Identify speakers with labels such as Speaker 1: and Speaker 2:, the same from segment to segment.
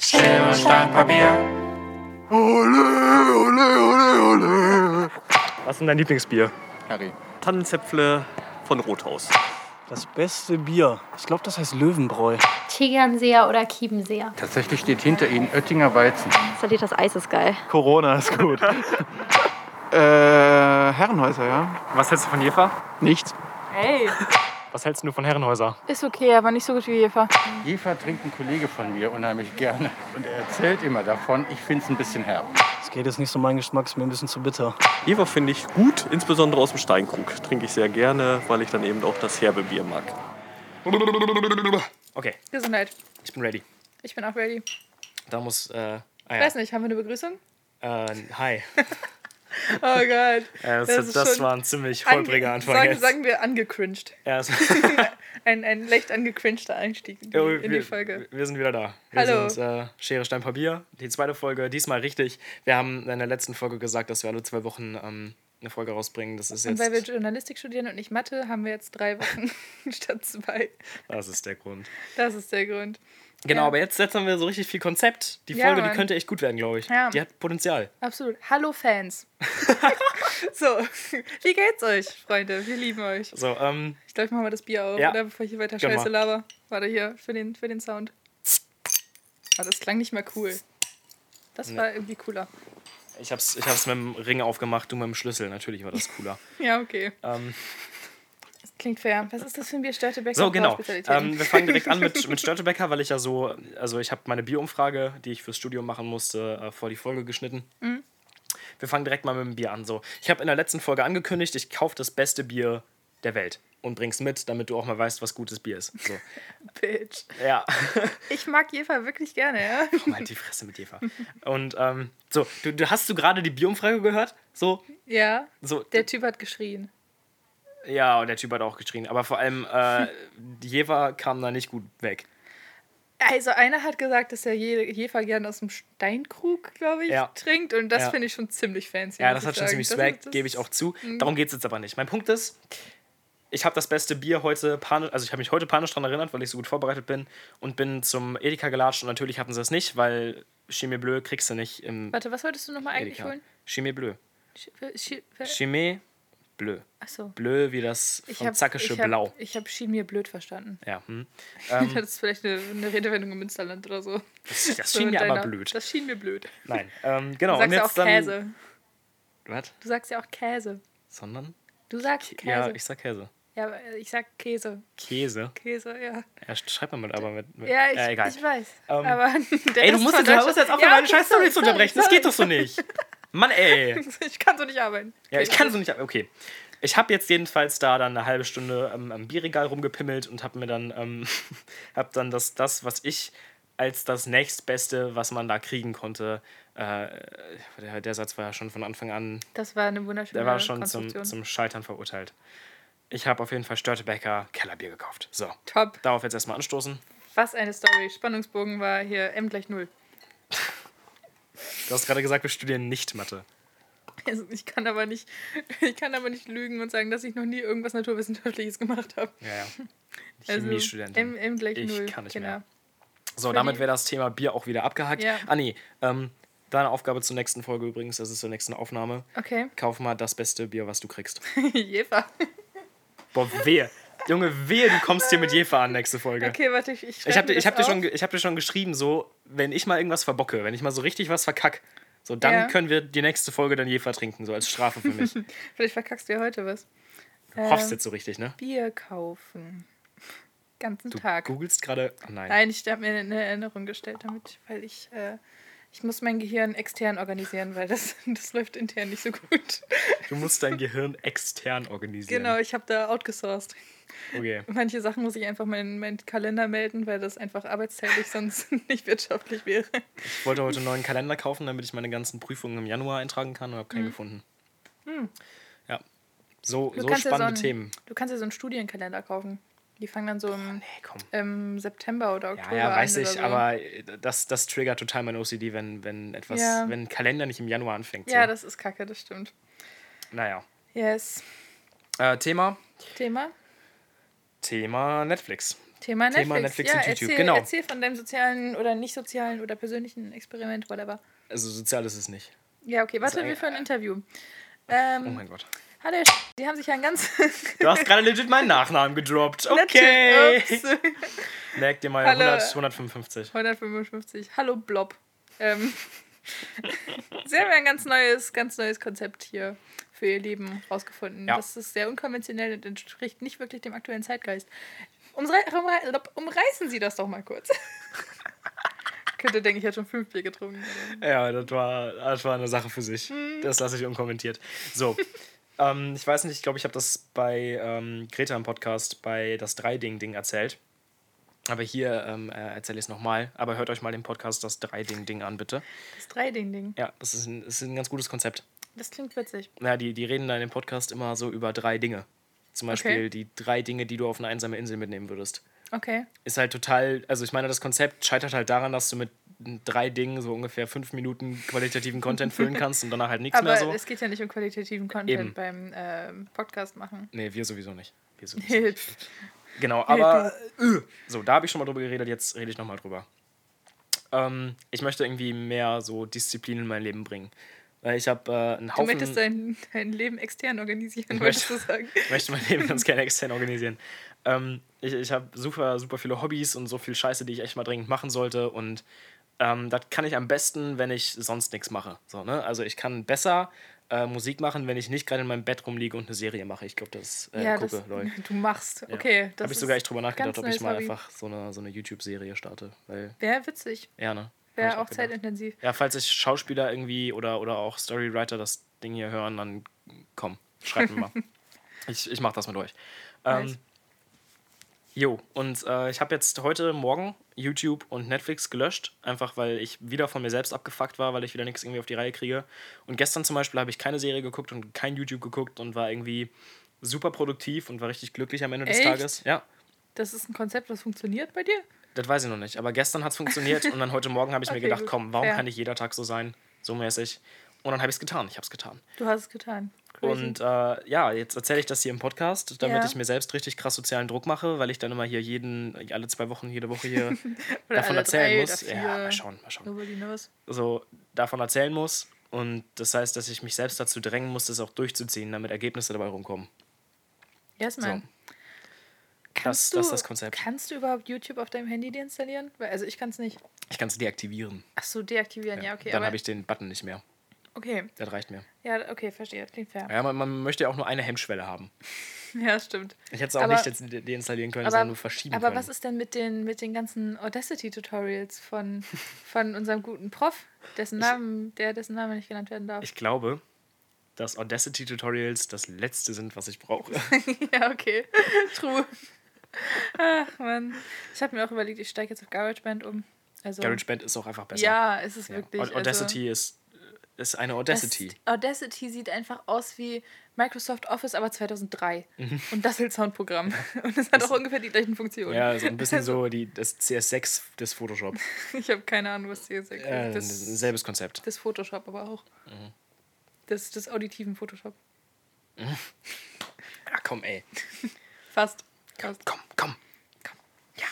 Speaker 1: Schere, Stein, Papier.
Speaker 2: Was ist denn dein Lieblingsbier?
Speaker 1: Harry.
Speaker 2: Tannenzäpfle von Rothaus.
Speaker 3: Das beste Bier. Ich glaube, das heißt Löwenbräu.
Speaker 4: Tegernseer oder Kiebenseer?
Speaker 1: Tatsächlich steht hinter Ihnen Oettinger Weizen.
Speaker 5: Salitas Eis ist geil.
Speaker 3: Corona ist gut.
Speaker 6: Äh, Herrenhäuser, ja.
Speaker 2: Was hältst du von Jefer?
Speaker 6: Nichts.
Speaker 7: Hey.
Speaker 2: Was hältst du von Herrenhäuser?
Speaker 7: Ist okay, aber nicht so gut wie Jefer.
Speaker 1: Jefer trinkt ein Kollege von mir unheimlich gerne. Und er erzählt immer davon. Ich finde es ein bisschen herb.
Speaker 3: Das geht jetzt nicht so mein Geschmack, ist mir ein bisschen zu bitter.
Speaker 2: Jefer finde ich gut, insbesondere aus dem Steinkrug. Trinke ich sehr gerne, weil ich dann eben auch das herbe Bier mag.
Speaker 8: Okay,
Speaker 7: Gesundheit.
Speaker 8: ich bin ready.
Speaker 7: Ich bin auch ready.
Speaker 8: Da muss. Äh, ah
Speaker 7: Ich
Speaker 8: ja.
Speaker 7: weiß nicht, haben wir eine Begrüßung?
Speaker 8: äh, hi.
Speaker 7: Oh Gott.
Speaker 8: Äh, das
Speaker 7: Das ist
Speaker 8: das
Speaker 7: schon
Speaker 8: war ein ziemlich holpriger
Speaker 7: Ange-
Speaker 8: Anfang
Speaker 7: sagen,
Speaker 8: jetzt.
Speaker 7: Sagen wir angecringed.
Speaker 8: Ja, es-
Speaker 7: Ein, ein leicht angecringter Einstieg in die,
Speaker 8: wir,
Speaker 7: in die Folge.
Speaker 8: wir sind wieder da. Wir
Speaker 7: Hallo.
Speaker 8: sind äh, Schere, Stein, Papier. Die zweite Folge, diesmal richtig. Wir haben in der letzten Folge gesagt, dass wir alle zwei Wochen ähm, eine Folge rausbringen. Das ist
Speaker 7: Und
Speaker 8: jetzt.
Speaker 7: weil wir Journalistik studieren und nicht Mathe, haben wir jetzt drei Wochen statt zwei.
Speaker 8: Das ist der Grund.
Speaker 7: Das ist der Grund.
Speaker 8: Genau,
Speaker 7: Ja.
Speaker 8: aber jetzt setzen wir so richtig viel Konzept. Die
Speaker 7: Ja,
Speaker 8: Folge, die
Speaker 7: Mann.
Speaker 8: könnte echt gut werden, glaube ich.
Speaker 7: Ja.
Speaker 8: Die hat Potenzial.
Speaker 7: Absolut. Hallo Fans. so, wie geht's euch, Freunde? Wir lieben euch.
Speaker 8: So, ähm,
Speaker 7: Ich glaube, ich mache mal das Bier auf,
Speaker 8: Ja.
Speaker 7: oder? Bevor ich hier weiter
Speaker 8: Gönn
Speaker 7: Scheiße
Speaker 8: mal.
Speaker 7: laber. Warte hier, für den, für den Sound. Ah, das klang nicht mehr cool. Das war irgendwie cooler.
Speaker 8: ich hab's, ich hab's mit dem Ring aufgemacht, du mit dem Schlüssel. Natürlich war das cooler.
Speaker 7: Ja, okay.
Speaker 8: ähm,
Speaker 7: Das klingt fair. Was ist das für ein Bier? Störtebecker
Speaker 8: So, genau.
Speaker 7: Brauerspezialitäten?
Speaker 8: Ähm, wir fangen direkt an mit, mit Störtebecker, weil ich ja so, also ich habe meine Bierumfrage, die ich fürs Studium machen musste, äh, vor die Folge geschnitten. Wir fangen direkt mal mit dem Bier an. So, ich habe in der letzten Folge angekündigt, ich kaufe das beste Bier der Welt und bring's mit, damit du auch mal weißt, was gutes Bier ist. So.
Speaker 7: Bitch.
Speaker 8: Ja,
Speaker 7: Ich mag Jefer wirklich gerne, ja.
Speaker 8: komm halt die Fresse mit Eva. Und ähm, so, du, du hast du gerade die Bierumfrage gehört? So,
Speaker 7: Ja,
Speaker 8: so.
Speaker 7: der Typ hat geschrien.
Speaker 8: ja, und der Typ hat auch geschrien. Aber vor allem, äh, Jeva kam da nicht gut weg.
Speaker 7: Also einer hat gesagt, dass er Je Jefer gerne aus dem Steinkrug, glaube ich,
Speaker 8: Ja.
Speaker 7: trinkt. Und das
Speaker 8: Ja.
Speaker 7: finde ich schon ziemlich fancy.
Speaker 8: Ja, das
Speaker 7: muss ich
Speaker 8: hat schon
Speaker 7: sagen.
Speaker 8: ziemlich
Speaker 7: Das-
Speaker 8: Swag,
Speaker 7: das- Mhm.
Speaker 8: gebe ich auch zu. Darum geht es jetzt aber nicht. Mein Punkt ist, ich habe das beste Bier heute panisch, also ich habe mich heute panisch daran erinnert, weil ich so gut vorbereitet bin und bin zum Edeka gelatscht und natürlich hatten sie es nicht, weil Chimie Bleu kriegst du nicht im
Speaker 7: Warte, was wolltest du nochmal eigentlich
Speaker 8: Edeka.
Speaker 7: holen?
Speaker 8: Chimie Bleu.
Speaker 7: Sch- Sch- Sch-
Speaker 8: Chimie Bleu.
Speaker 7: Achso.
Speaker 8: Bleu wie das
Speaker 7: Ich hab-
Speaker 8: französische
Speaker 7: ich hab,
Speaker 8: Blau.
Speaker 7: Ich habe Chimie blöd verstanden.
Speaker 8: Ja, hm.
Speaker 7: das ist vielleicht eine, eine Redewendung im Münsterland oder so.
Speaker 8: das, das
Speaker 7: So
Speaker 8: schien
Speaker 7: in
Speaker 8: mir aber
Speaker 7: deiner-
Speaker 8: blöd.
Speaker 7: Das schien mir blöd.
Speaker 8: Nein, ähm,
Speaker 7: Du
Speaker 8: genau.
Speaker 7: sagst ja auch
Speaker 8: dann-
Speaker 7: Käse.
Speaker 8: Was?
Speaker 7: Du sagst ja auch Käse.
Speaker 8: Sondern?
Speaker 7: Du sagst Käse.
Speaker 8: Ja, ich sag Käse.
Speaker 7: Ja, aber ich sag Käse.
Speaker 8: Käse.
Speaker 7: Käse, ja.
Speaker 8: Ja, schreibt man mit, aber mit. mit
Speaker 7: Ja, ich,
Speaker 8: äh, egal.
Speaker 7: ich weiß.
Speaker 8: Ähm,
Speaker 7: aber der
Speaker 8: Ey, du
Speaker 7: Rest
Speaker 8: musst
Speaker 7: von
Speaker 8: jetzt, du musst jetzt
Speaker 7: Deutschland-
Speaker 8: auf ja, meine
Speaker 7: okay,
Speaker 8: scheiß Story zu
Speaker 7: sorry,
Speaker 8: unterbrechen. Das
Speaker 7: sorry,
Speaker 8: geht doch so nicht. Mann, ey.
Speaker 7: sorry. Ich kann so nicht arbeiten.
Speaker 8: Ja, ich kann so nicht. Okay. Ich habe jetzt jedenfalls da dann eine halbe Stunde ähm, am Bierregal rumgepimmelt und habe mir dann, ähm, hab dann das, das, was ich als das nächstbeste, was man da kriegen konnte, äh, der, der Satz war ja schon von Anfang an,
Speaker 7: Das war eine wunderschöne
Speaker 8: der war schon zum,
Speaker 7: Konstruktion.
Speaker 8: zum Scheitern verurteilt. Ich habe auf jeden Fall Störtebecker Kellerbier gekauft. So,
Speaker 7: Top.
Speaker 8: darauf jetzt erstmal anstoßen.
Speaker 7: Was eine Story. Spannungsbogen war hier M gleich null.
Speaker 8: Du hast gerade gesagt, wir studieren nicht Mathe.
Speaker 7: Also ich kann aber nicht, ich kann aber nicht lügen und sagen, dass ich noch nie irgendwas Naturwissenschaftliches gemacht habe.
Speaker 8: Ja, ja.
Speaker 7: Also
Speaker 8: Chemiestudentin.
Speaker 7: M, M gleich
Speaker 8: Ich
Speaker 7: null.
Speaker 8: kann nicht
Speaker 7: genau.
Speaker 8: mehr. So,
Speaker 7: Für
Speaker 8: damit
Speaker 7: die-
Speaker 8: wäre das Thema Bier auch wieder abgehakt.
Speaker 7: Ja.
Speaker 8: Ah, nee, ähm, deine Aufgabe zur nächsten Folge übrigens, das ist zur nächsten Aufnahme.
Speaker 7: Okay.
Speaker 8: Kauf mal das beste Bier, was du kriegst.
Speaker 7: Jefer.
Speaker 8: Boah, wehe. Junge, wehe, du kommst hier mit Jefer an nächste Folge.
Speaker 7: Okay, warte, ich ich, schreib
Speaker 8: Ich habe
Speaker 7: mir
Speaker 8: dir, ich
Speaker 7: das
Speaker 8: hab dir,
Speaker 7: auf.
Speaker 8: schon ge- ich hab dir schon geschrieben, so, wenn ich mal irgendwas verbocke, wenn ich mal so richtig was verkack, so, dann
Speaker 7: Ja.
Speaker 8: können wir die nächste Folge dann Jefer trinken, so als Strafe für mich. Du
Speaker 7: Vielleicht verkackst du ja heute was.
Speaker 8: hoffst jetzt so richtig, ne?
Speaker 7: Bier kaufen. Ganzen
Speaker 8: Du
Speaker 7: Tag.
Speaker 8: googelst gerade. Oh, nein.
Speaker 7: Nein, ich habe mir eine Erinnerung gestellt damit, weil ich, äh, ich muss mein Gehirn extern organisieren, weil das, das läuft intern nicht so gut.
Speaker 8: Du musst dein Gehirn extern organisieren.
Speaker 7: Genau, ich habe da outgesourced.
Speaker 8: Okay.
Speaker 7: Manche Sachen muss ich einfach meinen meinen Kalender melden, weil das einfach arbeitsteilig sonst nicht wirtschaftlich wäre.
Speaker 8: Ich wollte heute einen neuen Kalender kaufen, damit ich meine ganzen Prüfungen im Januar eintragen kann und habe
Speaker 7: Hm.
Speaker 8: keinen gefunden. Ja, so, so
Speaker 7: kannst ja
Speaker 8: spannende
Speaker 7: so einen,
Speaker 8: Themen.
Speaker 7: Du kannst ja so einen Studienkalender kaufen. Die fangen dann so im,
Speaker 8: Nee, komm.
Speaker 7: im September oder
Speaker 8: Ja,
Speaker 7: Oktober an.
Speaker 8: ja, weiß ich,
Speaker 7: oder so.
Speaker 8: aber äh, das, das triggert total mein OCD, wenn, wenn etwas,
Speaker 7: Ja.
Speaker 8: wenn ein Kalender nicht im Januar anfängt.
Speaker 7: Ja,
Speaker 8: so.
Speaker 7: das ist kacke, das stimmt.
Speaker 8: Naja.
Speaker 7: Yes.
Speaker 8: Äh, Thema?
Speaker 7: Thema?
Speaker 8: Thema Netflix.
Speaker 7: Thema Netflix.
Speaker 8: Thema Netflix
Speaker 7: ja,
Speaker 8: und YouTube,
Speaker 7: erzähl,
Speaker 8: genau.
Speaker 7: Erzähl von deinem sozialen oder nicht sozialen oder persönlichen Experiment, whatever.
Speaker 8: Also sozial ist es nicht.
Speaker 7: Ja, okay, was haben wir für ein Interview? Ähm,
Speaker 8: Oh mein Gott.
Speaker 7: Hallo, Herr Sch- die haben sich ja ein ganz.
Speaker 8: Du hast gerade legit meinen Nachnamen gedroppt. Okay.
Speaker 7: Natürlich, ups.
Speaker 8: Merk dir mal
Speaker 7: Hallo.
Speaker 8: 100, 155.
Speaker 7: 155. Hallo, Blob. Ähm, Sie haben ja ein ganz neues, ganz neues Konzept hier für ihr Leben rausgefunden.
Speaker 8: Ja.
Speaker 7: Das ist sehr unkonventionell und entspricht nicht wirklich dem aktuellen Zeitgeist. Umsrei umre- umreißen Sie das doch mal kurz. Könnte denken, ich hätte schon fünf Bier getrunken. aber-
Speaker 8: Ja, das war, das war eine Sache für sich. Das lasse ich unkommentiert. So. ähm, ich weiß nicht, ich glaube, ich habe das bei ähm, Greta im Podcast bei das Drei-Ding-Ding erzählt. Aber hier ähm, äh, erzähle ich es nochmal. Aber hört euch mal den Podcast das Drei-Ding-Ding an, bitte.
Speaker 7: Das Dreiding-Ding.
Speaker 8: Ja, das ist ein, ist ein ganz gutes Konzept.
Speaker 7: Das klingt witzig.
Speaker 8: Na, die, die reden da in dem Podcast immer so über drei Dinge. Zum Beispiel
Speaker 7: Okay.
Speaker 8: die drei Dinge, die du auf eine einsame Insel mitnehmen würdest.
Speaker 7: Okay.
Speaker 8: Ist halt total, also ich meine, das Konzept scheitert halt daran, dass du mit drei Dingen so ungefähr fünf Minuten qualitativen Content füllen kannst und danach halt nichts
Speaker 7: Aber
Speaker 8: mehr so.
Speaker 7: es geht ja nicht um qualitativen Content
Speaker 8: Eben.
Speaker 7: beim ähm, Podcast machen.
Speaker 8: Nee, wir sowieso nicht. Wir sowieso nicht.
Speaker 7: Pff.
Speaker 8: Genau, aber äh, so, da habe ich schon mal drüber geredet, jetzt rede ich nochmal drüber. Ähm, ich möchte irgendwie mehr so Disziplin in mein Leben bringen. Weil ich habe äh, einen
Speaker 7: du
Speaker 8: Haufen...
Speaker 7: möchtest dein, dein Leben extern organisieren,
Speaker 8: möchte-
Speaker 7: wolltest du sagen.
Speaker 8: möchte mein Leben ganz gerne extern organisieren. Ähm, ich ich habe super, super viele Hobbys und so viel Scheiße, die ich echt mal dringend machen sollte. Und ähm, das kann ich am besten, wenn ich sonst nichts mache. So, ne? Also ich kann besser äh, Musik machen, wenn ich nicht gerade in meinem Bett rumliege und eine Serie mache. Ich glaube, das äh,
Speaker 7: ja,
Speaker 8: gucke,
Speaker 7: das,
Speaker 8: läuft.
Speaker 7: du machst.
Speaker 8: Ja.
Speaker 7: Okay, das
Speaker 8: Habe ich
Speaker 7: ist
Speaker 8: sogar echt drüber nachgedacht,
Speaker 7: ganz
Speaker 8: ob ich
Speaker 7: neues
Speaker 8: mal
Speaker 7: Hobby.
Speaker 8: einfach so eine, so eine YouTube-Serie starte. Weil,
Speaker 7: Wäre witzig.
Speaker 8: ja, ne? Hab ich
Speaker 7: Wäre auch
Speaker 8: gedacht.
Speaker 7: zeitintensiv.
Speaker 8: Ja, falls ich Schauspieler irgendwie oder, oder auch Storywriter das Ding hier hören, dann komm, schreibt mir mal. ich ich mache das mit euch. Ähm,
Speaker 7: Nice.
Speaker 8: jo, und äh, ich habe jetzt heute Morgen YouTube und Netflix gelöscht, einfach weil ich wieder von mir selbst abgefuckt war, weil ich wieder nichts irgendwie auf die Reihe kriege. Und gestern zum Beispiel habe ich keine Serie geguckt und kein YouTube geguckt und war irgendwie super produktiv und war richtig glücklich am Ende des
Speaker 7: Echt?
Speaker 8: Tages. Ja.
Speaker 7: Das ist ein Konzept, das funktioniert bei dir?
Speaker 8: Das weiß ich noch nicht, aber gestern hat es funktioniert und dann heute Morgen habe ich mir
Speaker 7: Okay,
Speaker 8: gedacht,
Speaker 7: gut.
Speaker 8: komm, warum
Speaker 7: Fair.
Speaker 8: kann nicht jeder Tag so sein, so mäßig? Und dann habe ich es getan, ich habe es getan.
Speaker 7: Du hast es getan. Crazy.
Speaker 8: Und äh, ja, jetzt erzähle ich das hier im Podcast, damit
Speaker 7: Ja.
Speaker 8: ich mir selbst richtig krass sozialen Druck mache, weil ich dann immer hier jeden, alle zwei Wochen, jede Woche hier
Speaker 7: Oder
Speaker 8: davon
Speaker 7: alle
Speaker 8: erzählen
Speaker 7: drei,
Speaker 8: muss.
Speaker 7: oder
Speaker 8: Ja,
Speaker 7: vier.
Speaker 8: mal schauen, mal schauen.
Speaker 7: Nobody knows.
Speaker 8: So, davon erzählen muss. Und das heißt, dass ich mich selbst dazu drängen muss, das auch durchzuziehen, damit Ergebnisse dabei rumkommen.
Speaker 7: Yes, man.
Speaker 8: Das,
Speaker 7: Kannst
Speaker 8: das
Speaker 7: du-
Speaker 8: ist das Konzept.
Speaker 7: Kannst du überhaupt YouTube auf deinem Handy deinstallieren? Weil, also ich kann es nicht.
Speaker 8: Ich kann es deaktivieren.
Speaker 7: Ach so, deaktivieren, ja, okay.
Speaker 8: dann
Speaker 7: aber-
Speaker 8: habe ich den Button nicht mehr.
Speaker 7: Okay,
Speaker 8: Das reicht mir.
Speaker 7: ja, okay, verstehe. Das klingt fair.
Speaker 8: Ja, man, man möchte ja auch nur eine Hemmschwelle haben.
Speaker 7: Ja, stimmt.
Speaker 8: Ich hätte es auch
Speaker 7: Aber-
Speaker 8: nicht jetzt de- deinstallieren können, sondern nur verschieben
Speaker 7: aber
Speaker 8: können.
Speaker 7: was ist denn mit den, mit den ganzen Audacity-Tutorials von, von unserem guten Prof, dessen Namen, der dessen Name nicht genannt werden darf?
Speaker 8: ich glaube, dass Audacity-Tutorials das letzte sind, was ich brauche.
Speaker 7: ja, okay. True. Ach man. Ich habe mir auch überlegt, ich steige jetzt auf GarageBand um. Also,
Speaker 8: GarageBand ist auch einfach besser.
Speaker 7: Ja, es ist
Speaker 8: Ja.
Speaker 7: wirklich.
Speaker 8: Aud- Audacity ist, ist eine
Speaker 7: Also,
Speaker 8: Audacity.
Speaker 7: Das, Audacity sieht einfach aus wie Microsoft Office, aber 2003.
Speaker 8: Mhm.
Speaker 7: Und das als Soundprogramm. Und es hat auch ungefähr die gleichen Funktionen.
Speaker 8: Ja, so ein bisschen
Speaker 7: Also
Speaker 8: so die, das CS6 des Photoshop.
Speaker 7: Ich habe keine Ahnung, was hier ist.
Speaker 8: Äh,
Speaker 7: das,
Speaker 8: selbes Konzept.
Speaker 7: Das Photoshop aber auch.
Speaker 8: Mhm.
Speaker 7: Das, das auditiven Photoshop.
Speaker 8: Ah, komm, ey.
Speaker 7: Fast. Fast.
Speaker 8: Komm, komm. komm. Ja.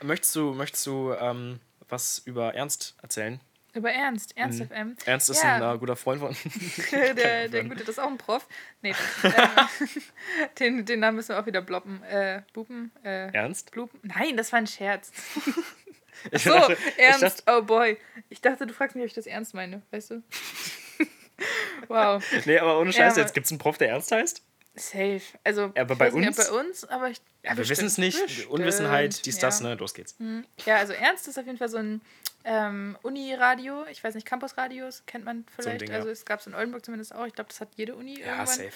Speaker 8: Äh, Möchtest du, möchtest du ähm, was über Ernst erzählen?
Speaker 7: Über Ernst.
Speaker 8: Mhm.
Speaker 7: Ernst FM.
Speaker 8: Ernst ist
Speaker 7: Ja.
Speaker 8: ein äh, guter Freund von.
Speaker 7: der, der gute, das ist auch ein Prof. Nee. ähm, den, den Namen müssen wir auch wieder bloppen. Äh, Buben? Äh,
Speaker 8: Ernst?
Speaker 7: Blupen? Nein, das war ein Scherz.
Speaker 8: Ich
Speaker 7: So,
Speaker 8: dachte- ich
Speaker 7: ernst.
Speaker 8: dachte-
Speaker 7: oh boy. Ich dachte, du fragst mich, ob ich das ernst meine, weißt du? wow.
Speaker 8: Nee, aber ohne Scheiß, jetzt
Speaker 7: Ja, aber-
Speaker 8: gibt es einen Prof, der Ernst heißt?
Speaker 7: Safe. Also,
Speaker 8: Aber
Speaker 7: ich
Speaker 8: bei
Speaker 7: weiß nicht,
Speaker 8: uns?
Speaker 7: ob bei uns, aber ich.
Speaker 8: Ja, wir wissen es
Speaker 7: Bestimmt,
Speaker 8: nicht.
Speaker 7: bestimmt.
Speaker 8: Unwissenheit, dies, das,
Speaker 7: Ja.
Speaker 8: ne? Los geht's.
Speaker 7: Ja, also Ernst ist auf jeden Fall so ein ähm, Uni-Radio. Ich weiß nicht, Campus-Radios kennt man vielleicht.
Speaker 8: Ding, ja.
Speaker 7: also es gab es in Oldenburg zumindest auch. Ich glaube, das hat jede Uni
Speaker 8: Ja,
Speaker 7: irgendwann.
Speaker 8: safe.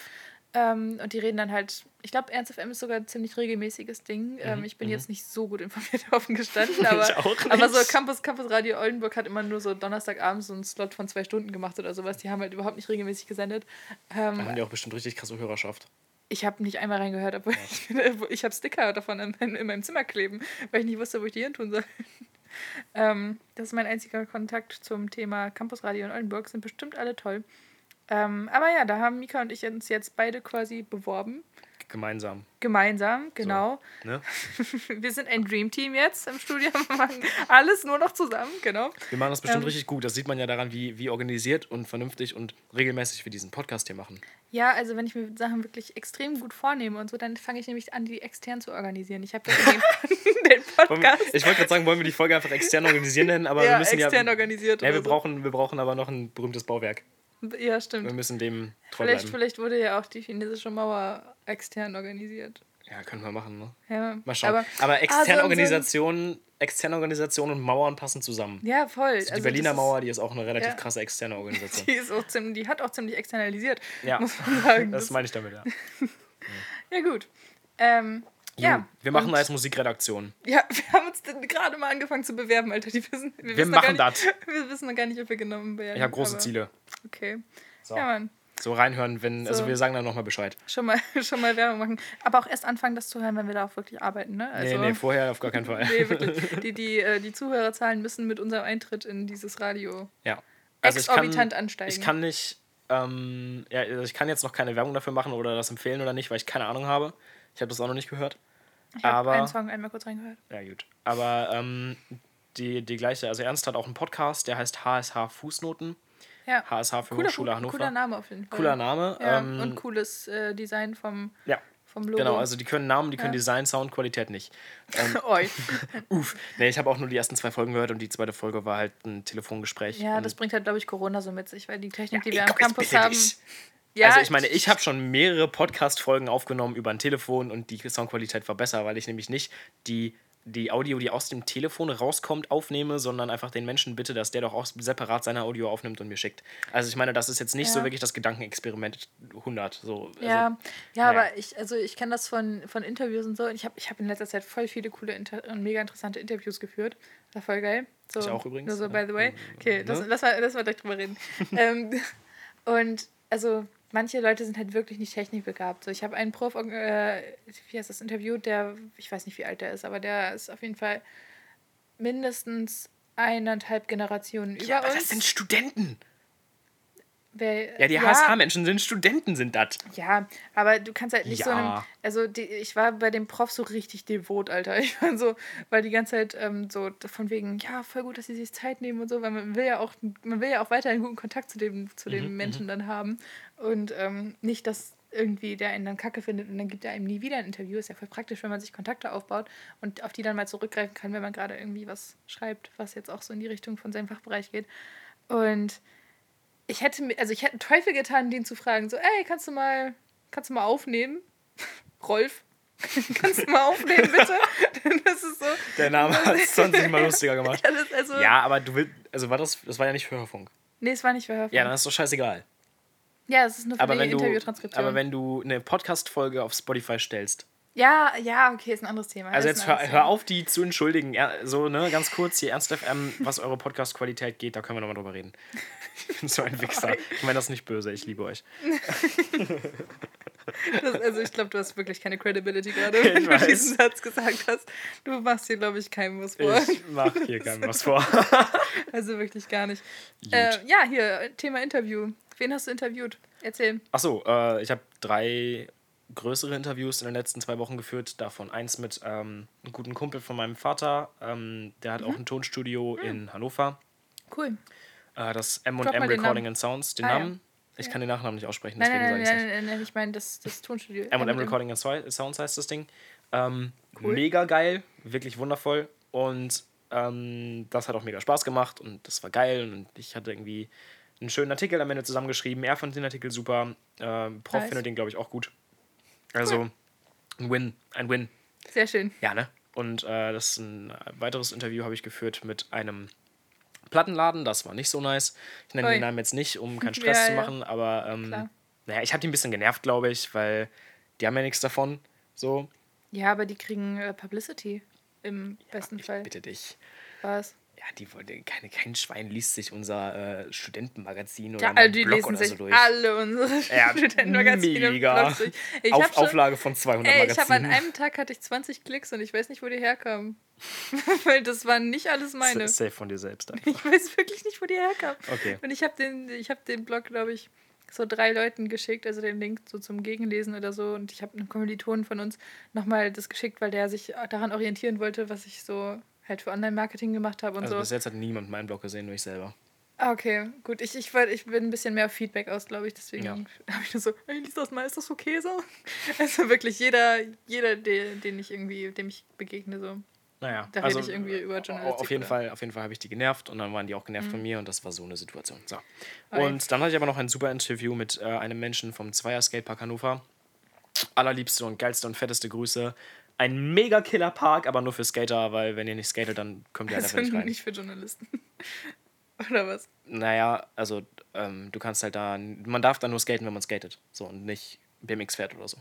Speaker 7: Ähm, und die reden dann halt, ich glaube, Ernst FM ist sogar ein ziemlich regelmäßiges Ding. Ähm, ich bin jetzt nicht so gut informiert offen gestanden, aber,
Speaker 8: Mhm, auch nicht.
Speaker 7: aber so Campus, Campus Radio Oldenburg hat immer nur so Donnerstagabend so einen Slot von zwei Stunden gemacht oder sowas. Die haben halt überhaupt nicht regelmäßig gesendet.
Speaker 8: Da haben
Speaker 7: Ähm,
Speaker 8: die auch bestimmt richtig krasse Hörerschaft. ich
Speaker 7: ich habe nicht einmal reingehört, obwohl ich, ich habe Sticker davon in, meinem- in meinem Zimmer kleben, weil ich nicht wusste, wo ich die hin tun soll. Ähm, das ist mein einziger Kontakt zum Thema Campus Radio in Oldenburg. Sind bestimmt alle toll. Ähm, aber ja, da haben Mika und ich uns jetzt beide quasi beworben
Speaker 8: Gemeinsam.
Speaker 7: Gemeinsam, genau.
Speaker 8: Ne?
Speaker 7: Wir sind ein Dreamteam jetzt im Studio. Wir machen alles nur noch zusammen, genau.
Speaker 8: Wir machen das bestimmt
Speaker 7: Ähm.
Speaker 8: richtig gut. Das sieht man ja daran, wie, wie organisiert und vernünftig und regelmäßig wir diesen Podcast hier machen.
Speaker 7: Ja, also wenn ich mir Sachen wirklich extrem gut vornehme und so, dann fange ich nämlich an, die extern zu organisieren. Ich habe ja den,
Speaker 8: Wollen
Speaker 7: den
Speaker 8: wir-
Speaker 7: Podcast.
Speaker 8: Ich wollte gerade sagen, wollen wir die Folge einfach extern organisieren nennen, aber wir
Speaker 7: ja,
Speaker 8: müssen
Speaker 7: extern
Speaker 8: ja.
Speaker 7: organisiert.
Speaker 8: Ja,
Speaker 7: oder
Speaker 8: wir
Speaker 7: so.
Speaker 8: brauchen, wir brauchen aber noch ein berühmtes Bauwerk.
Speaker 7: Ja,
Speaker 8: Wir
Speaker 7: stimmt.
Speaker 8: müssen dem treu
Speaker 7: Vielleicht,
Speaker 8: bleiben.
Speaker 7: vielleicht wurde ja auch die chinesische Mauer extern organisiert.
Speaker 8: Ja, können wir machen, ne?
Speaker 7: Ja,
Speaker 8: Mal schauen. Aber,
Speaker 7: Ah, so ein-
Speaker 8: externe
Speaker 7: so ein-
Speaker 8: Organisationen, externe Organisationen und Mauern passen zusammen.
Speaker 7: Ja, voll.
Speaker 8: die Berliner
Speaker 7: also das ist-
Speaker 8: Mauer, die ist auch eine relativ
Speaker 7: ja.
Speaker 8: krasse externe Organisation.
Speaker 7: Die, ist auch ziemlich, die hat auch ziemlich externalisiert,
Speaker 8: Ja.
Speaker 7: muss man sagen.
Speaker 8: Das
Speaker 7: Das
Speaker 8: meine ich damit, ja.
Speaker 7: ja, gut. Ähm,
Speaker 8: Ju,
Speaker 7: ja.
Speaker 8: wir machen
Speaker 7: und-
Speaker 8: da jetzt Musikredaktion.
Speaker 7: Ja, wir haben uns denn gerade mal angefangen zu bewerben, Alter. Die wissen, wir, wissen noch
Speaker 8: machen
Speaker 7: gar nicht, Wir wissen noch gar nicht, ob wir genommen werden.
Speaker 8: Ich habe große
Speaker 7: aber
Speaker 8: Ziele.
Speaker 7: Okay.
Speaker 8: So.
Speaker 7: Ja, Mann.
Speaker 8: So reinhören, wenn, also
Speaker 7: So.
Speaker 8: wir sagen dann nochmal Bescheid.
Speaker 7: Schon mal, schon mal Werbung machen. Aber auch erst anfangen, das zu hören, wenn wir da auch wirklich arbeiten, ne?
Speaker 8: Nee, nee, vorher auf gar keinen Fall.
Speaker 7: nee, wirklich. Die, die, äh, die Zuhörerzahlen müssen mit unserem Eintritt in dieses Radio.
Speaker 8: Ja. Also
Speaker 7: Exorbitant ansteigen.
Speaker 8: Ich kann nicht, ähm, ja, also ich kann jetzt noch keine Werbung dafür machen oder das empfehlen oder nicht, weil ich keine Ahnung habe. Ich habe das auch noch nicht gehört.
Speaker 7: Ich habe
Speaker 8: Aber-
Speaker 7: einen Song einmal kurz reingehört.
Speaker 8: Ja, gut. Aber ähm, die, die gleiche, also Ernst hat auch einen Podcast, der heißt HSH Fußnoten.
Speaker 7: Ja.
Speaker 8: HSH für
Speaker 7: Cooler,
Speaker 8: Hochschule Hannover.
Speaker 7: cooler Name auf jeden Fall.
Speaker 8: Cooler Name.
Speaker 7: Ja,
Speaker 8: ähm,
Speaker 7: und cooles äh, Design vom,
Speaker 8: ja.
Speaker 7: vom Logo.
Speaker 8: Genau, also die können Namen, die können
Speaker 7: Ja.
Speaker 8: Design, Sound, Qualität nicht.
Speaker 7: Oi.
Speaker 8: Uff. Nee, ich habe auch nur die ersten zwei Folgen gehört und die zweite Folge war halt ein Telefongespräch.
Speaker 7: Ja,
Speaker 8: und
Speaker 7: das bringt halt, glaube ich, Corona so mit sich, weil die Technik, die
Speaker 8: Ey,
Speaker 7: wir am
Speaker 8: komm, jetzt
Speaker 7: Campus
Speaker 8: bitte
Speaker 7: haben.
Speaker 8: dich.
Speaker 7: Ja,
Speaker 8: also ich meine, ich habe schon mehrere Podcast-Folgen aufgenommen über ein Telefon und die Soundqualität war besser, weil ich nämlich nicht die, die Audio, die aus dem Telefon rauskommt, aufnehme, sondern einfach den Menschen bitte, dass der doch auch separat seine Audio aufnimmt und mir schickt. Also ich meine, das ist jetzt nicht so
Speaker 7: Ja.
Speaker 8: wirklich das Gedankenexperiment 100. So, also,
Speaker 7: Ja, ja,
Speaker 8: naja.
Speaker 7: aber ich, also ich kenne das von, von Interviews und so. Und ich habe ich hab in letzter Zeit voll viele coole Inter und mega interessante Interviews geführt. Das war voll geil. So,
Speaker 8: Ich auch übrigens,
Speaker 7: Nur so,
Speaker 8: ja. Ne?
Speaker 7: by the way. Okay, das, lass, mal, lass mal gleich drüber reden. ähm, und also manche Leute sind halt wirklich nicht technikbegabt. So, ich habe einen Prof, äh, wie heißt das, interviewt, der, ich weiß nicht, wie alt der ist, aber der ist auf jeden Fall mindestens eineinhalb Generationen über
Speaker 8: ja, aber
Speaker 7: uns.
Speaker 8: das sind Studenten.
Speaker 7: Wer-
Speaker 8: Ja, die HSH-Menschen sind Studenten, sind das.
Speaker 7: Ja, aber du kannst halt nicht so einem.
Speaker 8: Ja.
Speaker 7: Also, die, ich war bei dem Prof so richtig devot, Alter. Ich war so, weil die ganze Zeit ähm, so von wegen, ja, voll gut, dass sie sich Zeit nehmen und so, weil man will ja auch, man will ja auch weiterhin guten Kontakt zu dem, zu dem Menschen dann haben. Und ähm, nicht, dass irgendwie der einen dann kacke findet und dann gibt er einem nie wieder ein Interview. Ist ja voll praktisch, wenn man sich Kontakte aufbaut und auf die dann mal zurückgreifen kann, wenn man gerade irgendwie was schreibt, was jetzt auch so in die Richtung von seinem Fachbereich geht. Und ich hätte mir, also ich hätte einen Teufel getan, den zu fragen, so, ey, kannst du mal, kannst du mal aufnehmen? Rolf, kannst du mal aufnehmen, bitte? das ist so.
Speaker 8: Der Name hat es 20 Mal lustiger
Speaker 7: Ja,
Speaker 8: gemacht.
Speaker 7: das, also,
Speaker 8: Ja, aber du willst, also war das, das war ja nicht Hörfunk.
Speaker 7: Nee, es war nicht verhören.
Speaker 8: Ja,
Speaker 7: Ja,
Speaker 8: dann ist doch scheißegal.
Speaker 7: es ist nur für
Speaker 8: Aber
Speaker 7: die
Speaker 8: wenn, du,
Speaker 7: Interviewtranskription.
Speaker 8: aber wenn du eine Podcast-Folge auf Spotify stellst,
Speaker 7: ja, ja, okay, ist ein anderes Thema.
Speaker 8: also
Speaker 7: ist
Speaker 8: jetzt
Speaker 7: ein
Speaker 8: hör,
Speaker 7: anderes
Speaker 8: hör auf, die zu entschuldigen. Ja, so, ne, ganz kurz hier, Ernst FM, was eure Podcast-Qualität geht, da können wir nochmal drüber reden. Ich bin so ein Wichser. Ich meine das nicht böse, ich liebe euch.
Speaker 7: Thema. Das, also ich glaube, du hast wirklich keine Credibility gerade, wenn du
Speaker 8: weiß.
Speaker 7: diesen Satz gesagt hast. Du machst hier, glaube ich, keinem was vor.
Speaker 8: Ich mache hier keinem was vor.
Speaker 7: Also wirklich gar nicht. Äh, ja, hier, Thema Interview. Wen hast du interviewt? Erzähl.
Speaker 8: Achso, äh, ich habe drei größere Interviews in den letzten zwei Wochen geführt. Davon eins mit ähm, einem guten Kumpel von meinem Vater. Ähm, der hat auch ein Tonstudio in Hannover.
Speaker 7: Cool.
Speaker 8: Äh, das
Speaker 7: Drop
Speaker 8: M&M
Speaker 7: mal den
Speaker 8: Recording
Speaker 7: Namen.
Speaker 8: and Sounds, den
Speaker 7: Ah, ja.
Speaker 8: Namen. Ich kann den Nachnamen nicht aussprechen,
Speaker 7: Nein,
Speaker 8: deswegen
Speaker 7: nein,
Speaker 8: sage
Speaker 7: nein,
Speaker 8: ich es nicht.
Speaker 7: nein, nein, nein, ich meine das, das Tonstudio.
Speaker 8: M&M Recording and Swi- Sounds heißt das Ding. Ähm,
Speaker 7: Cool.
Speaker 8: Mega geil, wirklich wundervoll. Und ähm, das hat auch mega Spaß gemacht und das war geil. Und ich hatte irgendwie einen schönen Artikel am Ende zusammengeschrieben. Er fand den Artikel super. Ähm, Prof
Speaker 7: Nice.
Speaker 8: findet den, glaube ich, auch gut. Also ein Win, ein Win.
Speaker 7: Sehr schön.
Speaker 8: Ja, ne? Und äh, das ist ein weiteres Interview habe ich geführt mit einem Plattenladen, das war nicht so nice. Ich nenne
Speaker 7: Ui.
Speaker 8: den Namen jetzt nicht, um keinen Stress
Speaker 7: Ja,
Speaker 8: zu
Speaker 7: ja.
Speaker 8: machen, aber ähm,
Speaker 7: Klar.
Speaker 8: naja, ich habe die ein bisschen genervt, glaube ich, weil die haben ja nichts davon. So,
Speaker 7: Ja, aber die kriegen äh, Publicity im besten
Speaker 8: ich
Speaker 7: Fall.
Speaker 8: bitte dich.
Speaker 7: Was?
Speaker 8: Ja, die wollte keine, kein Schwein liest sich unser äh, Studentenmagazin oder
Speaker 7: Ja,
Speaker 8: ja,
Speaker 7: alle,
Speaker 8: meinen
Speaker 7: die
Speaker 8: Blog
Speaker 7: lesen
Speaker 8: oder
Speaker 7: sich
Speaker 8: so durch.
Speaker 7: alle unsere
Speaker 8: Ja,
Speaker 7: Studentenmagazine und
Speaker 8: mega.
Speaker 7: Blogs durch. Ich hab
Speaker 8: Auf
Speaker 7: schon,
Speaker 8: Auflage von 200
Speaker 7: Ey, ich
Speaker 8: Magazinen.
Speaker 7: habe an einem Tag hatte ich 20 Klicks und ich weiß nicht, wo die herkamen. Weil das waren nicht alles meine.
Speaker 8: Sa- Safe von dir selbst.
Speaker 7: Ich weiß wirklich nicht, wo die herkamen.
Speaker 8: Okay.
Speaker 7: Und ich habe den, ich hab den Blog, glaube ich, so drei Leuten geschickt, also den Link so zum Gegenlesen oder so. Und ich habe einem Kommilitonen von uns nochmal das geschickt, weil der sich daran orientieren wollte, was ich so halt für Online-Marketing gemacht habe und
Speaker 8: Also bis
Speaker 7: so.
Speaker 8: jetzt hat niemand meinen Blog gesehen, nur ich selber.
Speaker 7: Ah, okay, gut. Ich, ich, wollt, ich bin ein bisschen mehr auf Feedback aus, glaube ich. Deswegen
Speaker 8: Ja.
Speaker 7: habe ich nur so, hey, lies das mal, ist das okay so? Also wirklich jeder, jeder der, den ich irgendwie, dem ich begegne, so.
Speaker 8: Naja, also, äh,
Speaker 7: Da rede ich irgendwie über Journalistik,
Speaker 8: Auf jeden
Speaker 7: oder? Mhm.
Speaker 8: Fall, auf jeden Fall habe ich die genervt und dann waren die auch genervt von mir und das war so eine Situation. So.
Speaker 7: Oi.
Speaker 8: Und dann hatte ich aber noch ein super Interview mit äh, einem Menschen vom Zweier Skatepark Hannover. Allerliebste und geilste und fetteste Grüße. Ein mega killer Park, aber nur für Skater, weil wenn ihr nicht skatet, dann kommt ihr halt
Speaker 7: also
Speaker 8: einfach nicht rein.
Speaker 7: nicht für Journalisten. oder was?
Speaker 8: Naja, also ähm, du kannst halt da, man darf da nur skaten, wenn man skatet. So und nicht BMX fährt oder so.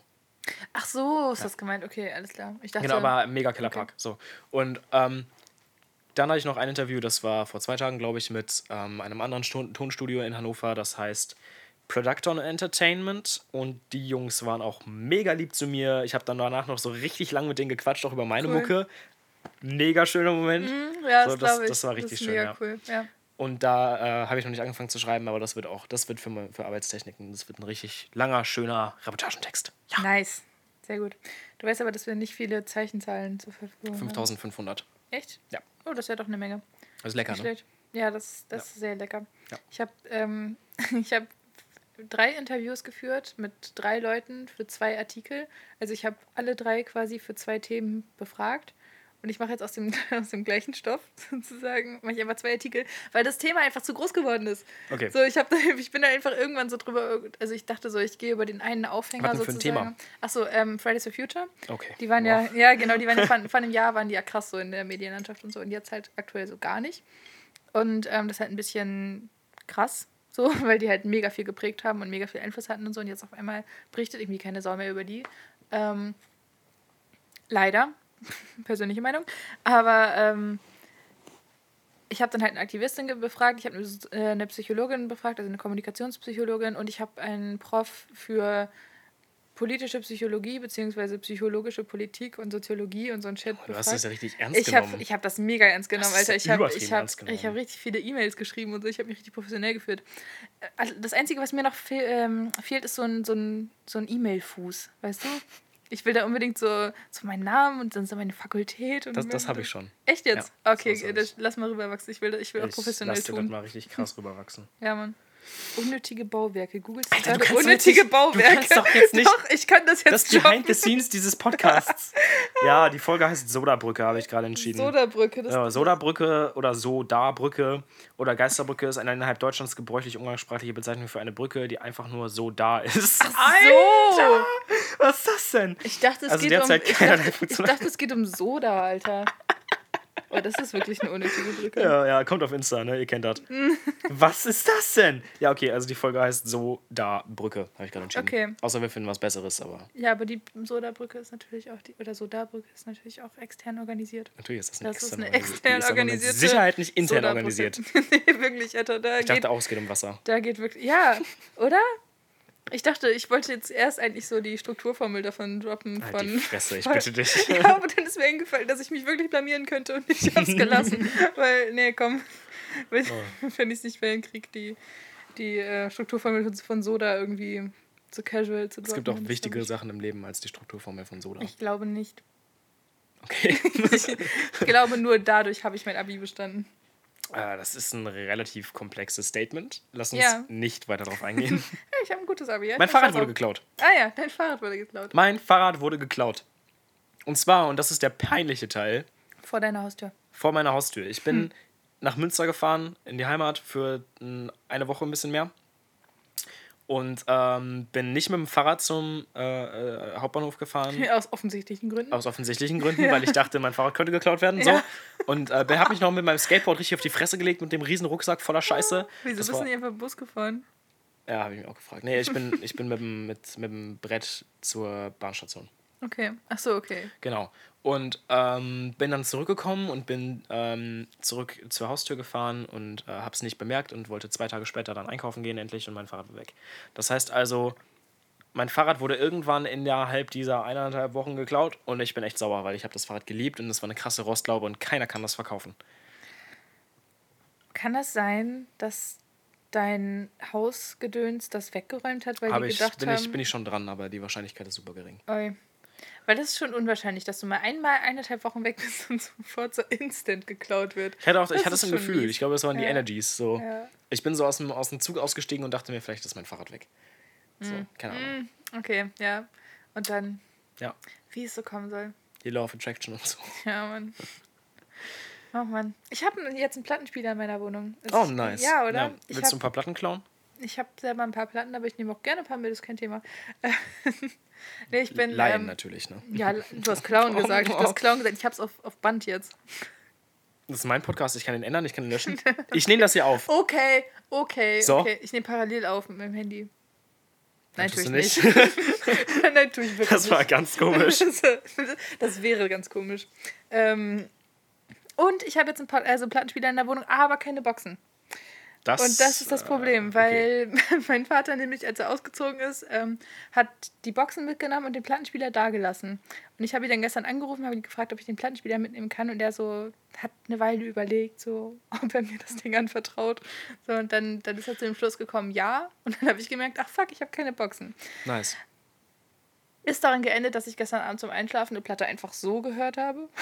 Speaker 7: Ach so, ist das gemeint. Okay, alles klar. Ich dachte,
Speaker 8: Genau, aber mega killer Park. So. Und ähm, dann hatte ich noch ein Interview, das war vor zwei Tagen, glaube ich, mit ähm, einem anderen Stu- Tonstudio in Hannover, das heißt Producton Entertainment. Und die Jungs waren auch mega lieb zu mir. Ich habe dann danach noch so richtig lang mit denen gequatscht, auch über meine
Speaker 7: Cool. Mhm.
Speaker 8: Mucke. Mega schöner Moment.
Speaker 7: Hm, ja,
Speaker 8: So, das-
Speaker 7: das, glaube ich.
Speaker 8: das war richtig
Speaker 7: ist
Speaker 8: schön,
Speaker 7: Mega
Speaker 8: ja.
Speaker 7: cool. Ja.
Speaker 8: Und da äh, habe ich noch nicht angefangen zu schreiben, aber das wird auch, das wird für, me- für Arbeitstechniken, das wird ein richtig langer, schöner Reportagentext. Ja.
Speaker 7: Nice. Sehr gut. Du weißt aber, dass wir nicht viele Zeichenzahlen zur Verfügung haben.
Speaker 8: 5500.
Speaker 7: Echt?
Speaker 8: Ja.
Speaker 7: Oh, das ist ja doch eine Menge.
Speaker 8: Das ist lecker,
Speaker 7: Nicht
Speaker 8: ne?
Speaker 7: schlecht. Ja, das, das ist sehr lecker.
Speaker 8: Ja.
Speaker 7: Ich habe ähm, ich hab drei Interviews geführt mit drei Leuten für zwei Artikel. Also ich habe alle drei quasi für zwei Themen befragt. Und ich mache jetzt aus dem, aus dem gleichen Stoff sozusagen, mache ich einfach zwei Artikel, weil das Thema einfach zu groß geworden ist.
Speaker 8: Okay.
Speaker 7: So, ich, hab, da- ich bin da einfach irgendwann so drüber, also ich dachte so, ich gehe über den einen Aufhänger
Speaker 8: Was denn für ein
Speaker 7: sozusagen.
Speaker 8: Thema?
Speaker 7: Achso, ähm, Fridays for Future.
Speaker 8: Okay.
Speaker 7: Die waren
Speaker 8: Wow.
Speaker 7: ja, ja genau, die waren ja vor, vor einem Jahr waren die ja krass so in der Medienlandschaft und so und jetzt halt aktuell so gar nicht. Und ähm, das ist halt ein bisschen krass, so, weil die halt mega viel geprägt haben und mega viel Einfluss hatten und so und jetzt auf einmal berichtet irgendwie keine Sau mehr über die. Ähm, leider, persönliche Meinung. Aber ähm, ich habe dann halt eine Aktivistin ge- befragt, ich habe eine, S- äh, eine Psychologin befragt, also eine Kommunikationspsychologin und ich habe einen Prof für politische Psychologie beziehungsweise psychologische Politik und Soziologie und so ein Shit
Speaker 8: Oh, Du hast das ja richtig ernst
Speaker 7: ich
Speaker 8: genommen.
Speaker 7: habe ich hab das mega ernst genommen,
Speaker 8: Das ist
Speaker 7: Alter. Ich habe
Speaker 8: übertrieben
Speaker 7: ich hab,
Speaker 8: ernst genommen.
Speaker 7: ich hab richtig viele E-Mails geschrieben und so. Ich habe mich richtig professionell gefühlt. Äh, Also das Einzige, was mir noch fehl, ähm, fehlt, ist so ein, so ein, so ein E-Mail-Fuß, weißt du? Ich will da unbedingt so, so meinen Namen und dann so meine Fakultät. Und
Speaker 8: Das- das hab ich schon.
Speaker 7: Echt jetzt?
Speaker 8: Ja,
Speaker 7: okay,
Speaker 8: sowas hab
Speaker 7: das,
Speaker 8: ich.
Speaker 7: lass mal rüberwachsen. Ich will, ich will auch professionell
Speaker 8: lass dir das
Speaker 7: tun.
Speaker 8: mal richtig krass rüberwachsen.
Speaker 7: Ja, Mann. Unnötige Bauwerke. Google
Speaker 8: Alter, du
Speaker 7: gerade
Speaker 8: kannst doch jetzt
Speaker 7: unnötige
Speaker 8: nicht- du
Speaker 7: Bauwerke.
Speaker 8: kannst doch jetzt nicht-
Speaker 7: Doch, ich kann das jetzt
Speaker 8: Das Behind the
Speaker 7: droppen.
Speaker 8: Scenes dieses Podcasts. ja, die Folge heißt Sodabrücke, habe ich gerade entschieden.
Speaker 7: Sodabrücke. Das
Speaker 8: ja, Sodabrücke oder Sodabrücke oder Geisterbrücke ist eine innerhalb Deutschlands gebräuchliche umgangssprachliche Bezeichnung für eine Brücke, die einfach nur so da ist.
Speaker 7: so.
Speaker 8: Was ist das denn?
Speaker 7: Ich dachte, es
Speaker 8: Also
Speaker 7: geht um.
Speaker 8: derzeit
Speaker 7: Ich
Speaker 8: keinerlei
Speaker 7: dachte, ich
Speaker 8: Funktion.
Speaker 7: dachte, es geht um Soda, Alter. Oh, das ist wirklich eine unnötige Brücke.
Speaker 8: Ja, ja, kommt auf Insta, ne? Ihr kennt das. was ist das denn? Ja, okay, also die Folge heißt Sodabrücke, habe ich gerade entschieden.
Speaker 7: Okay.
Speaker 8: Außer wir finden was Besseres, aber
Speaker 7: Ja, aber die Soda-Brücke ist natürlich auch die, oder Soda-Brücke ist natürlich auch extern organisiert.
Speaker 8: natürlich ist das eine
Speaker 7: Das ist eine
Speaker 8: externe Organisation. Die ist
Speaker 7: extern
Speaker 8: aber mit
Speaker 7: organisierte.
Speaker 8: Sicherheit nicht intern
Speaker 7: Soda-Brücke.
Speaker 8: organisiert.
Speaker 7: nee, wirklich, Alter, da
Speaker 8: Ich
Speaker 7: geht,
Speaker 8: dachte auch, es geht um Wasser.
Speaker 7: da geht wirklich. Ja, oder? Ich dachte, ich wollte jetzt erst eigentlich so die Strukturformel davon droppen
Speaker 8: Halt die
Speaker 7: von.
Speaker 8: Fresse, ich bitte dich.
Speaker 7: Ja, aber dann ist mir eingefallen, dass ich mich wirklich blamieren könnte und ich hab's gelassen. Weil, nee, komm, wenn,
Speaker 8: Oh.
Speaker 7: wenn ich es nicht mehr hinkriege, die, die äh, Strukturformel von- von Soda irgendwie zu casual zu
Speaker 8: Es gibt auch
Speaker 7: droppen, das
Speaker 8: wichtigere
Speaker 7: glaub
Speaker 8: Sachen im Leben als die Strukturformel von Soda.
Speaker 7: Ich Ich glaube nicht.
Speaker 8: Okay.
Speaker 7: Ich glaube, nur dadurch habe ich mein Abi bestanden.
Speaker 8: äh, das ist ein relativ komplexes Statement. Lass uns
Speaker 7: Ja.
Speaker 8: nicht weiter darauf eingehen.
Speaker 7: Ja, ich habe ein gutes Abi. Ja?
Speaker 8: mein
Speaker 7: Ich
Speaker 8: Fahrrad
Speaker 7: weiß
Speaker 8: wurde
Speaker 7: auch-
Speaker 8: geklaut.
Speaker 7: Ah ja, dein Fahrrad wurde geklaut.
Speaker 8: Mein Fahrrad wurde geklaut. Und zwar, und das ist der peinliche Teil,
Speaker 7: Vor deiner Haustür.
Speaker 8: vor meiner Haustür. Ich bin nach Münster gefahren, in die Heimat, für mm, eine Woche ein bisschen mehr. Und ähm, bin nicht mit dem Fahrrad zum äh, äh, Hauptbahnhof gefahren.
Speaker 7: Aus offensichtlichen Gründen.
Speaker 8: Aus offensichtlichen Gründen, weil ich dachte, mein Fahrrad könnte geklaut werden. So. Und äh, habe mich noch mit meinem Skateboard richtig auf die Fresse gelegt mit dem riesen Rucksack voller Scheiße.
Speaker 7: Wieso
Speaker 8: Das
Speaker 7: bist du
Speaker 8: war,
Speaker 7: nicht einfach Bus gefahren?
Speaker 8: ja, habe ich mich auch gefragt. Nee, ich bin, ich bin mit, dem, mit, mit dem Brett zur Bahnstation.
Speaker 7: Okay. Ach so, okay.
Speaker 8: Genau. Und ähm, bin dann zurückgekommen und bin ähm, zurück zur Haustür gefahren und äh, habe es nicht bemerkt und wollte zwei Tage später dann einkaufen gehen endlich und mein Fahrrad war weg. Das heißt also, mein Fahrrad wurde irgendwann innerhalb dieser eineinhalb Wochen geklaut und ich bin echt sauer, weil ich habe das Fahrrad geliebt und es war eine krasse Rostlaube und keiner kann das verkaufen.
Speaker 7: Kann das sein, dass dein Hausgedöns das weggeräumt hat, weil
Speaker 8: Habe
Speaker 7: die
Speaker 8: ich,
Speaker 7: gedacht
Speaker 8: bin,
Speaker 7: haben.
Speaker 8: ich, bin ich schon dran, aber die Wahrscheinlichkeit ist super gering.
Speaker 7: Oi. Weil das ist schon unwahrscheinlich, dass du mal einmal eineinhalb Wochen weg bist und sofort so instant geklaut wird.
Speaker 8: Ich hatte, auch, ich
Speaker 7: Das
Speaker 8: hatte
Speaker 7: ist
Speaker 8: so ein
Speaker 7: schon
Speaker 8: Gefühl,
Speaker 7: mies.
Speaker 8: ich glaube, das waren die
Speaker 7: Ja.
Speaker 8: Energies. So.
Speaker 7: Ja.
Speaker 8: Ich bin so aus dem, aus dem Zug ausgestiegen und dachte mir, vielleicht ist mein Fahrrad weg. So, keine Ahnung.
Speaker 7: Okay, ja. Und dann,
Speaker 8: Ja,
Speaker 7: wie es so kommen soll.
Speaker 8: die Law of Attraction und so.
Speaker 7: Ja, Mann. Oh Mann. Ich habe jetzt einen Plattenspieler in meiner Wohnung. Es-
Speaker 8: Oh, nice.
Speaker 7: Ja, oder?
Speaker 8: Na,
Speaker 7: ich
Speaker 8: willst du
Speaker 7: habe
Speaker 8: ein paar Platten klauen?
Speaker 7: hab selber ein paar Platten, aber ich nehme auch gerne ein paar mit, ist kein Thema. nee, ich bin.
Speaker 8: Laien
Speaker 7: ähm,
Speaker 8: natürlich, ne?
Speaker 7: Ja, du hast Clown gesagt. Du hast Clown gesagt. Ich hab's auf, auf Band jetzt.
Speaker 8: Das ist mein Podcast, ich kann ihn ändern, ich kann ihn löschen. Ich nehme das hier auf.
Speaker 7: Oh, Okay, okay,
Speaker 8: So.
Speaker 7: okay. Ich nehme parallel auf mit meinem Handy. Nein, tue
Speaker 8: tust
Speaker 7: ich
Speaker 8: du
Speaker 7: nicht. Nein, tue ich wirklich
Speaker 2: Das war
Speaker 7: nicht.
Speaker 2: ganz komisch.
Speaker 7: das wäre ganz komisch. Ähm, und ich habe jetzt ein paar also Plattenspieler in der Wohnung, aber keine Boxen.
Speaker 8: Das,
Speaker 7: Und das ist das
Speaker 8: äh,
Speaker 2: Ah,
Speaker 7: Problem,
Speaker 8: okay.
Speaker 7: weil mein Vater nämlich, als er ausgezogen ist, ähm, hat die Boxen mitgenommen und den Plattenspieler dagelassen. Und ich habe ihn dann gestern angerufen, habe ihn gefragt, ob ich den Plattenspieler mitnehmen kann. Und er so hat eine Weile überlegt, so, ob er mir das Ding anvertraut. So, und dann, dann ist er zu dem Schluss gekommen, ja. Und dann habe ich gemerkt, ach fuck, ich habe keine Boxen.
Speaker 8: Nice.
Speaker 7: Ist daran geendet, dass ich gestern Abend zum Einschlafen eine Platte einfach so gehört habe.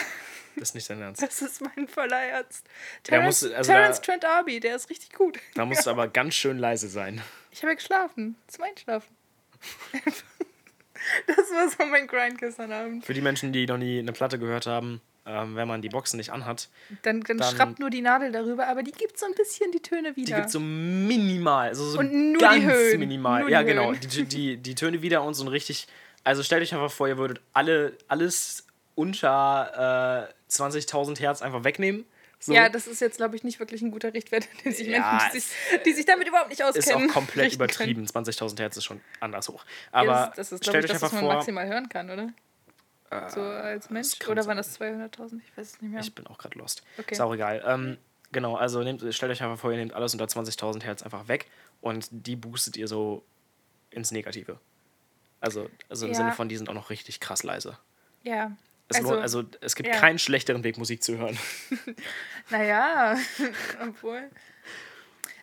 Speaker 8: Das ist nicht dein Ernst.
Speaker 7: Das ist mein voller Ernst.
Speaker 8: Der muss-
Speaker 7: Terrence,
Speaker 8: also da-
Speaker 7: Terrence Trent Arby, der ist richtig gut.
Speaker 8: Da musst du aber ganz schön leise sein.
Speaker 7: Ich habe geschlafen. Zum Einschlafen. das war so mein Grind gestern Abend.
Speaker 8: Für die Menschen, die noch nie eine Platte gehört haben, ähm, wenn man die Boxen nicht anhat,
Speaker 7: Dann, dann,
Speaker 8: Dann-
Speaker 7: schrappt nur die Nadel darüber, aber die gibt so ein bisschen die Töne
Speaker 8: die
Speaker 7: wieder.
Speaker 8: gibt so minimal, also so
Speaker 7: Und nur die
Speaker 8: ganz
Speaker 7: Höhen.
Speaker 8: minimal.
Speaker 7: Nur die
Speaker 8: ja, genau.
Speaker 7: Höhen.
Speaker 8: Die, die, die Töne wieder und so ein richtig. Also stellt euch einfach vor, ihr würdet alle, alles unter äh, 20.000 Hertz einfach wegnehmen. So.
Speaker 7: Ja, das ist jetzt, glaube ich, nicht wirklich ein guter Richtwert, den sich
Speaker 8: Ja,
Speaker 7: Menschen, die sich, die sich damit überhaupt nicht
Speaker 8: ist
Speaker 7: auskennen.
Speaker 8: auch komplett
Speaker 7: richten können.
Speaker 8: übertrieben. 20.000 Hertz ist schon anders hoch.
Speaker 7: Ja,
Speaker 8: Aber
Speaker 7: das ist, das ist glaube
Speaker 8: stellt
Speaker 7: ich,
Speaker 8: euch
Speaker 7: das, was
Speaker 8: einfach
Speaker 7: man
Speaker 8: vor,
Speaker 7: maximal hören kann, oder? So als Mensch.
Speaker 8: kann
Speaker 7: Oder waren das 200.000? Ich weiß es nicht mehr.
Speaker 8: Ich bin auch gerade lost.
Speaker 7: Okay.
Speaker 8: Ist auch egal. Ähm, genau, also nehmt, stellt euch einfach vor, ihr nehmt alles unter 20.000 Hertz einfach weg und die boostet ihr so ins Negative. Also, also im
Speaker 7: Ja.
Speaker 8: Sinne von, die sind auch noch richtig krass leise.
Speaker 7: Ja.
Speaker 8: Es also,
Speaker 7: also,
Speaker 8: also es gibt
Speaker 7: ja.
Speaker 8: keinen schlechteren Weg, Musik zu hören.
Speaker 7: naja, obwohl.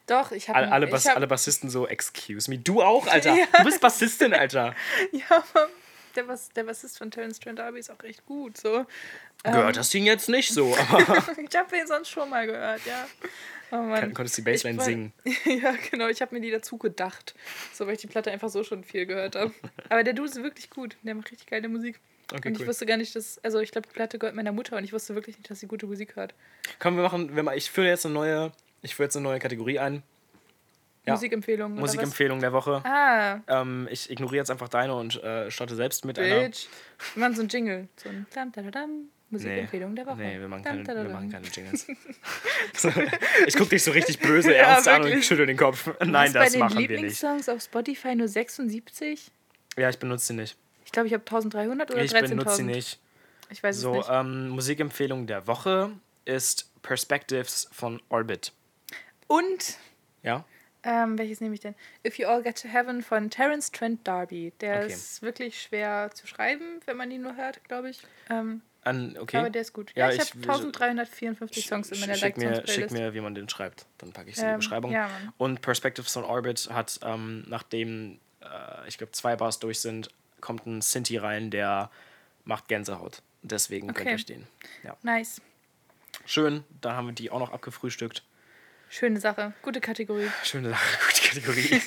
Speaker 7: Doch, ich habe
Speaker 8: Alle, alle, Bass,
Speaker 7: hab,
Speaker 8: alle Bassisten so, excuse me. Du auch, Alter. Du bist Bassistin, Alter.
Speaker 7: Ja, aber der, Bass, der Bassist von Terence Trent D'Arby ist auch echt gut. So. Ähm.
Speaker 8: Gehört hast du ihn jetzt nicht so, aber
Speaker 7: Ich habe ihn sonst schon mal gehört, ja. Oh Mann.
Speaker 8: konntest die Bassline
Speaker 7: Ich war-
Speaker 8: singen.
Speaker 7: ja, genau. Ich habe mir die dazu gedacht. So, weil ich die Platte einfach so schon viel gehört habe. Aber der Dude ist wirklich gut. Der macht richtig geile Musik.
Speaker 8: Okay,
Speaker 7: und ich
Speaker 8: cool.
Speaker 7: wusste gar nicht, dass. Also, ich glaube, die Platte gehört meiner Mutter und ich wusste wirklich nicht, dass sie gute Musik hört.
Speaker 8: Komm, wir machen, wir, ma- ich führe jetzt eine neue, ich führe jetzt eine neue Kategorie ein. Ja.
Speaker 7: Musikempfehlungen.
Speaker 8: Musikempfehlung der Woche.
Speaker 7: Oder was? Ah,
Speaker 8: Ähm, ich ignoriere jetzt einfach deine und äh, starte selbst mit einer.
Speaker 7: Bitch. Wir machen so einen Jingle. So ein Dam, da, da, dam. Musikempfehlung der Woche.
Speaker 8: Nee, wir machen
Speaker 7: Dam,
Speaker 8: keine,
Speaker 7: da, da,
Speaker 8: wir
Speaker 7: dam.
Speaker 8: machen keine Jingles. So, ich gucke dich so richtig böse
Speaker 7: Ja,
Speaker 8: ernst an und
Speaker 7: wirklich.
Speaker 8: schüttel den Kopf. Nein,
Speaker 7: bei
Speaker 8: das
Speaker 7: den
Speaker 8: machen wir nicht.
Speaker 7: Lieblingssongs auf Spotify nur 76?
Speaker 8: Ja, ich benutze sie nicht.
Speaker 7: Ich glaube, ich habe 1300 oder
Speaker 8: Ich
Speaker 7: 13.000.
Speaker 8: benutze sie nicht.
Speaker 7: Ich weiß es
Speaker 8: So,
Speaker 7: nicht.
Speaker 8: ähm, Musikempfehlung der Woche ist Perspectives von Orbit.
Speaker 7: Und,
Speaker 8: Ja?
Speaker 7: ähm, welches nehme ich denn? If You All Get to Heaven von Terence Trent D'Arby. Der
Speaker 8: Okay.
Speaker 7: ist wirklich schwer zu schreiben, wenn man ihn nur hört, glaube ich. Ähm,
Speaker 8: An, okay.
Speaker 7: Aber der ist gut.
Speaker 8: Hm? Ja,
Speaker 7: Ja, ich,
Speaker 8: ich-
Speaker 7: habe 1354 Songs in meiner
Speaker 8: Schick mir, schick
Speaker 7: Like-Songs-Playlist.
Speaker 8: mir, wie man den schreibt. Dann packe ich sie in die
Speaker 7: Ähm,
Speaker 8: Beschreibung.
Speaker 7: ja, Mann.
Speaker 8: und Perspectives on Orbit hat, ähm, nachdem äh, ich glaube zwei Bars durch sind, kommt ein Sinti rein, der macht Gänsehaut. Deswegen könnt
Speaker 7: Okay.
Speaker 8: ihr stehen. Ja.
Speaker 7: Nice.
Speaker 8: Schön, da haben wir die auch noch abgefrühstückt.
Speaker 7: Schöne Sache. Gute Kategorie.
Speaker 8: Schöne Sache, gute Kategorie.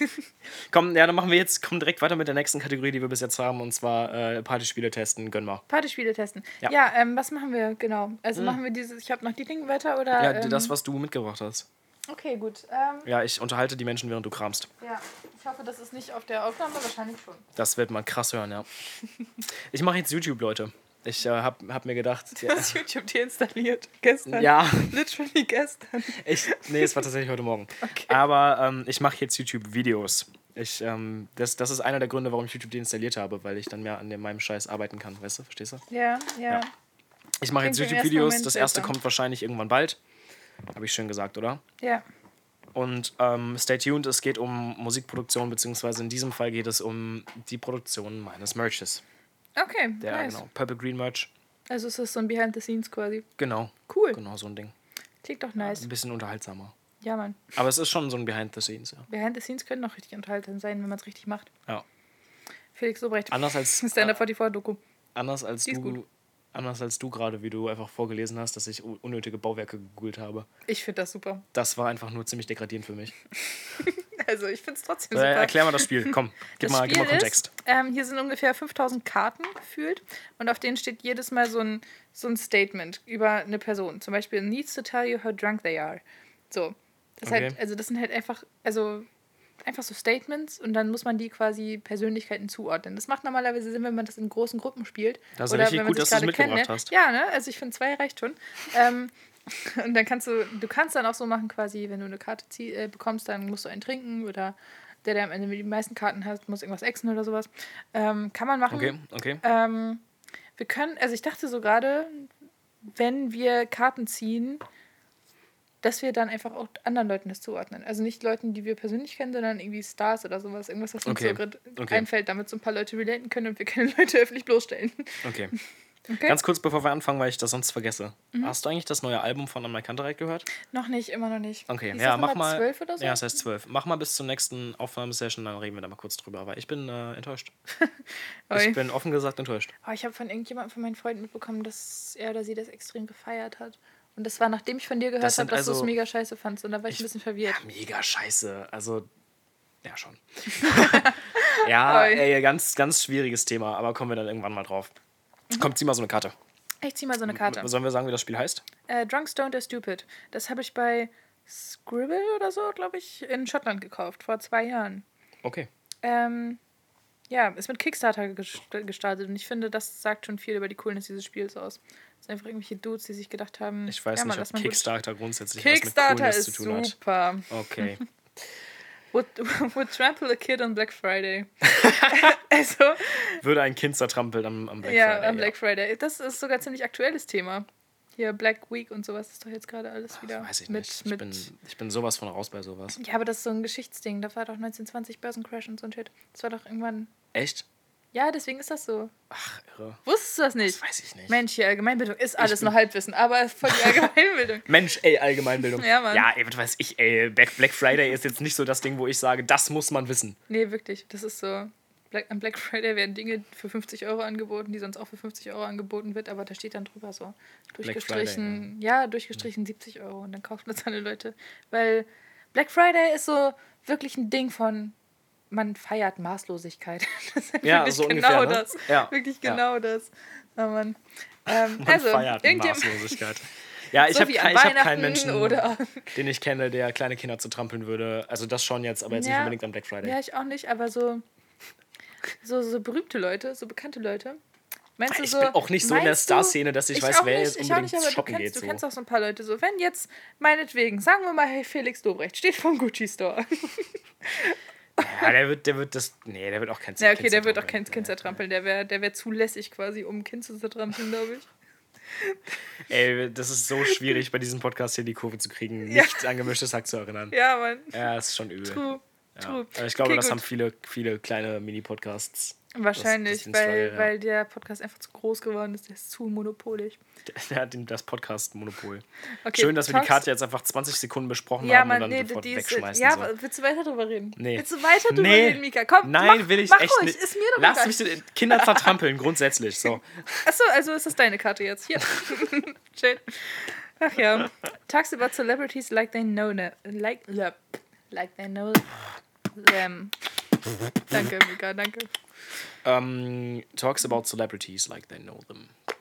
Speaker 8: komm, ja, dann machen wir jetzt, komm direkt weiter mit der nächsten Kategorie, die wir bis jetzt haben, und zwar äh, Partyspiele testen. Gönn mal.
Speaker 7: Partyspiele testen.
Speaker 8: Ja. Hm.
Speaker 7: Ja, ähm, was machen wir genau? Also machen wir dieses, ich habe noch die Dinge weiter oder.
Speaker 8: Ja,
Speaker 7: ähm,
Speaker 8: das, was du mitgebracht hast.
Speaker 7: Okay, gut. Ähm,
Speaker 8: Ja, ich unterhalte die Menschen, während du kramst.
Speaker 7: ja, ich hoffe, das ist nicht auf der Aufnahme, wahrscheinlich schon.
Speaker 8: Das wird man krass hören, ja. Ich mache jetzt YouTube, Leute. Ich äh, hab, hab mir gedacht. Ja,
Speaker 7: Das YouTube deinstalliert. Gestern.
Speaker 8: ja
Speaker 7: Literally gestern.
Speaker 8: ich, nee, es war tatsächlich heute Morgen. Aber ähm, ich mache jetzt YouTube-Videos. Ich, ähm, das, das ist einer der Gründe, warum ich YouTube deinstalliert habe, weil ich dann mehr an dem, meinem Scheiß arbeiten kann, weißt du? Verstehst du?
Speaker 7: Ja, ja.
Speaker 8: Ich mache jetzt
Speaker 7: Klingt im
Speaker 8: YouTube-Videos.
Speaker 7: ersten
Speaker 8: Das
Speaker 7: Moment
Speaker 8: erste
Speaker 7: seltsam.
Speaker 8: kommt wahrscheinlich irgendwann bald. Habe ich schön gesagt, oder?
Speaker 7: Ja.
Speaker 8: Und ähm, stay tuned, es geht um Musikproduktion, beziehungsweise in diesem Fall geht es um die Produktion meines Merches.
Speaker 7: Okay,
Speaker 8: Der,
Speaker 7: nice.
Speaker 8: genau, Purple Green Merch.
Speaker 7: Also es ist so ein Behind the Scenes quasi.
Speaker 8: Genau.
Speaker 7: Cool.
Speaker 8: Genau, so ein Ding.
Speaker 7: Klingt doch nice.
Speaker 8: Ein bisschen unterhaltsamer.
Speaker 7: Ja, Mann.
Speaker 8: Aber es ist schon so ein Behind the Scenes, ja.
Speaker 7: Behind the Scenes können noch richtig unterhaltsam sein, wenn man es richtig macht.
Speaker 8: ja.
Speaker 7: Felix Lobrecht.
Speaker 8: Anders als- äh,
Speaker 7: Stand-up 44-Doku.
Speaker 8: Anders als
Speaker 7: Die ist
Speaker 8: du.
Speaker 7: gut.
Speaker 8: Anders als du gerade, wie du einfach vorgelesen hast, dass ich u- unnötige Bauwerke gegoogelt habe.
Speaker 7: Ich finde das super.
Speaker 8: Das war einfach nur ziemlich degradierend für mich.
Speaker 7: Also, ich finde es trotzdem
Speaker 8: Äh,
Speaker 7: super.
Speaker 8: erklär mal das Spiel. Komm, gib,
Speaker 7: Das
Speaker 8: mal,
Speaker 7: Spiel
Speaker 8: gib mal Kontext.
Speaker 7: Ist, ähm, hier sind ungefähr 5000 Karten gefühlt und auf denen steht jedes Mal so ein, so ein Statement über eine Person. Zum Beispiel, needs to tell you how drunk they are. So. Das, ist
Speaker 8: Okay.
Speaker 7: halt, also das sind halt einfach, also einfach so Statements und dann muss man die quasi Persönlichkeiten zuordnen. Das macht normalerweise Sinn, wenn man das in großen Gruppen spielt.
Speaker 8: Das ist richtig gut, dass du es mitgebracht
Speaker 7: kennenlernt.
Speaker 8: hast.
Speaker 7: Ja, ne? Also ich finde, zwei reicht schon. ähm, und dann kannst du, du kannst dann auch so machen, quasi, wenn du eine Karte zieh, äh, bekommst, dann musst du einen trinken oder der, der am Ende die meisten Karten hat, muss irgendwas exen oder sowas. Ähm, kann man machen.
Speaker 8: Okay, okay.
Speaker 7: Ähm, wir können, also ich dachte so gerade, wenn wir Karten ziehen, dass wir dann einfach auch anderen Leuten das zuordnen. Also nicht Leuten, die wir persönlich kennen, sondern irgendwie Stars oder sowas. Irgendwas, was uns
Speaker 8: Okay,
Speaker 7: so gerade
Speaker 8: okay.
Speaker 7: einfällt, damit so ein paar Leute relaten können und wir keine Leute öffentlich bloßstellen.
Speaker 8: okay.
Speaker 7: Okay? Mhm.
Speaker 8: Ganz kurz, bevor wir anfangen, weil ich das sonst vergesse. Hast du eigentlich das neue Album von Anne Kantereit gehört?
Speaker 7: noch nicht, immer noch nicht.
Speaker 8: Okay,
Speaker 7: Hieß
Speaker 8: ja,
Speaker 7: das
Speaker 8: mach
Speaker 7: nochmal
Speaker 8: mal.
Speaker 7: 12 oder so?
Speaker 8: Ja, es heißt 12. Mach mal bis zur nächsten Aufnahmesession, dann reden wir da mal kurz drüber. Aber ich bin äh, enttäuscht.
Speaker 7: Ui.
Speaker 8: Ich bin offen gesagt enttäuscht.
Speaker 7: Oh, ich habe von irgendjemandem von meinen Freunden mitbekommen, dass er oder sie das extrem gefeiert hat. Und das war, nachdem ich von dir gehört
Speaker 8: Das
Speaker 7: habe,
Speaker 8: sind
Speaker 7: dass du es
Speaker 8: also-
Speaker 7: mega scheiße fandst. Und da war ich,
Speaker 8: Ich-
Speaker 7: ein bisschen verwirrt.
Speaker 8: Mega scheiße. Also, ja, schon. ja,
Speaker 7: Ui.
Speaker 8: ey, ganz, ganz schwieriges Thema, aber kommen wir dann irgendwann mal drauf. Kommt, zieh mal so eine Karte.
Speaker 7: Ich zieh mal so eine Mhm. Karte.
Speaker 8: Sollen wir sagen, wie das Spiel heißt?
Speaker 7: Äh, Drunk, Stoned or Stupid. Das habe ich bei Scribble oder so, glaube ich, in Schottland gekauft, vor zwei Jahren.
Speaker 8: Okay.
Speaker 7: Ähm, ja, ist mit Kickstarter gest- gestartet und ich finde, das sagt schon viel über die Coolness dieses Spiels aus. Es sind einfach irgendwelche Dudes, die sich gedacht haben,
Speaker 8: Ich weiß
Speaker 7: ja, Mann,
Speaker 8: nicht,
Speaker 7: lass
Speaker 8: ob
Speaker 7: mal gut-
Speaker 8: Kickstarter grundsätzlich was mit
Speaker 7: Kickstarter
Speaker 8: Coolness
Speaker 7: ist
Speaker 8: zu tun
Speaker 7: super.
Speaker 8: hat. Okay.
Speaker 7: Would, would trample a kid on Black Friday. also,
Speaker 8: Würde ein Kind zertrampeln am, am Black
Speaker 7: ja,
Speaker 8: Friday.
Speaker 7: am Black Friday. Das ist sogar ziemlich aktuelles Thema. Hier Black Week und sowas ist doch jetzt gerade alles wieder
Speaker 8: Weiß ich
Speaker 7: mit,
Speaker 8: nicht. Ich
Speaker 7: mit
Speaker 8: bin, ich bin sowas von raus bei sowas.
Speaker 7: Ja, aber das ist so ein Geschichtsding. Da war doch 1920 Börsencrash und so ein Shit. Das war doch irgendwann.
Speaker 8: Echt?
Speaker 7: Ja, deswegen ist das so.
Speaker 8: Ach, irre.
Speaker 7: Wusstest du das nicht?
Speaker 8: Das weiß ich nicht.
Speaker 7: Mensch, hier Allgemeinbildung ist alles nur Halbwissen, aber voll die Allgemeinbildung.
Speaker 8: Mensch, ey, Allgemeinbildung.
Speaker 7: Ja, Mann.
Speaker 8: ja, ey, was weiß ich, ey, Black Black Friday ist jetzt nicht so das Ding, wo ich sage, das muss man wissen.
Speaker 7: nee, wirklich. Das ist so. Black, am Black Friday werden Dinge für 50 Euro angeboten, die sonst auch für 50 Euro angeboten wird, aber da steht dann drüber so durchgestrichen, ja. durchgestrichen 70 Euro und dann kaufen das alle Leute. Weil Black Friday ist so wirklich ein Ding von, man feiert Maßlosigkeit. Das ist
Speaker 8: Ja,
Speaker 7: wirklich
Speaker 8: so ungefähr,
Speaker 7: genau
Speaker 8: ne?
Speaker 7: das.
Speaker 8: Ja.
Speaker 7: Wirklich
Speaker 8: Ja.
Speaker 7: genau das. Oh Mann. Ähm,
Speaker 8: Man
Speaker 7: also,
Speaker 8: feiert
Speaker 7: irgendjemand.
Speaker 8: Maßlosigkeit. Ja, ich
Speaker 7: So
Speaker 8: habe
Speaker 7: wie
Speaker 8: kein,
Speaker 7: an
Speaker 8: ich hab
Speaker 7: Weihnachten
Speaker 8: keinen Menschen,
Speaker 7: oder-
Speaker 8: den ich kenne, der kleine Kinder zu trampeln würde. Also das schon jetzt, aber jetzt nicht
Speaker 7: Ja.
Speaker 8: unbedingt am Black Friday.
Speaker 7: Ja, ich auch nicht, aber so, so, so berühmte Leute, so bekannte Leute. Meinst du
Speaker 8: Ich
Speaker 7: so,
Speaker 8: bin auch nicht so in der
Speaker 7: meinst
Speaker 8: Star-Szene, dass ich weiß,
Speaker 7: auch
Speaker 8: wer
Speaker 7: nicht,
Speaker 8: jetzt
Speaker 7: ich auch
Speaker 8: unbedingt
Speaker 7: aber
Speaker 8: shoppen
Speaker 7: du kennst,
Speaker 8: geht,
Speaker 7: Du
Speaker 8: so.
Speaker 7: kennst auch so ein paar Leute so. Wenn jetzt, meinetwegen, sagen wir mal, hey Felix Dobrecht steht vom Gucci-Store.
Speaker 8: Ja, der wird, der wird das. Nee, der wird auch kein
Speaker 7: Ja, okay,
Speaker 8: Kind
Speaker 7: der wird auch kein
Speaker 8: zertrampeln.
Speaker 7: Kind zertrampeln. Der wäre der wär zu lässig quasi, um ein Kind zu zertrampeln, glaube ich.
Speaker 8: Ey, das ist so schwierig, bei diesem Podcast hier die Kurve zu kriegen, nicht an gemischtes Hack zu erinnern.
Speaker 7: Ja, Mann.
Speaker 8: Ja, das ist schon übel.
Speaker 7: True.
Speaker 8: Ja.
Speaker 7: True.
Speaker 8: Aber ich glaube,
Speaker 7: Okay,
Speaker 8: das
Speaker 7: gut.
Speaker 8: haben viele, viele kleine Mini-Podcasts.
Speaker 7: Wahrscheinlich,
Speaker 8: den
Speaker 7: weil,
Speaker 8: Struggle, ja.
Speaker 7: weil der Podcast einfach zu groß geworden ist. Der ist zu monopolisch.
Speaker 8: Der hat den- das Podcast-Monopol.
Speaker 7: Okay,
Speaker 8: Schön, dass wir die
Speaker 7: Talks-
Speaker 8: Karte jetzt einfach 20 Sekunden besprochen
Speaker 7: Ja,
Speaker 8: haben
Speaker 7: Mann,
Speaker 8: und dann
Speaker 7: nee,
Speaker 8: sofort
Speaker 7: die ist,
Speaker 8: wegschmeißen.
Speaker 7: ja,
Speaker 8: so.
Speaker 7: aber willst du weiter drüber reden?
Speaker 8: Nee.
Speaker 7: Willst du weiter drüber
Speaker 8: Nee.
Speaker 7: reden, Mika? Komm,
Speaker 8: Nein,
Speaker 7: mach,
Speaker 8: will ich
Speaker 7: mach
Speaker 8: echt
Speaker 7: ruhig,
Speaker 8: nicht.
Speaker 7: ist mir doch
Speaker 8: Lass
Speaker 7: egal.
Speaker 8: mich den Kinder zertrampeln, grundsätzlich. So.
Speaker 7: Achso, also ist das deine Karte jetzt. Hier. Schön. Ach ja. Talks about celebrities like they know them. Like, like they know them. Danke, Mika, danke.
Speaker 8: Ähm, talks about celebrities like they know them. glaub,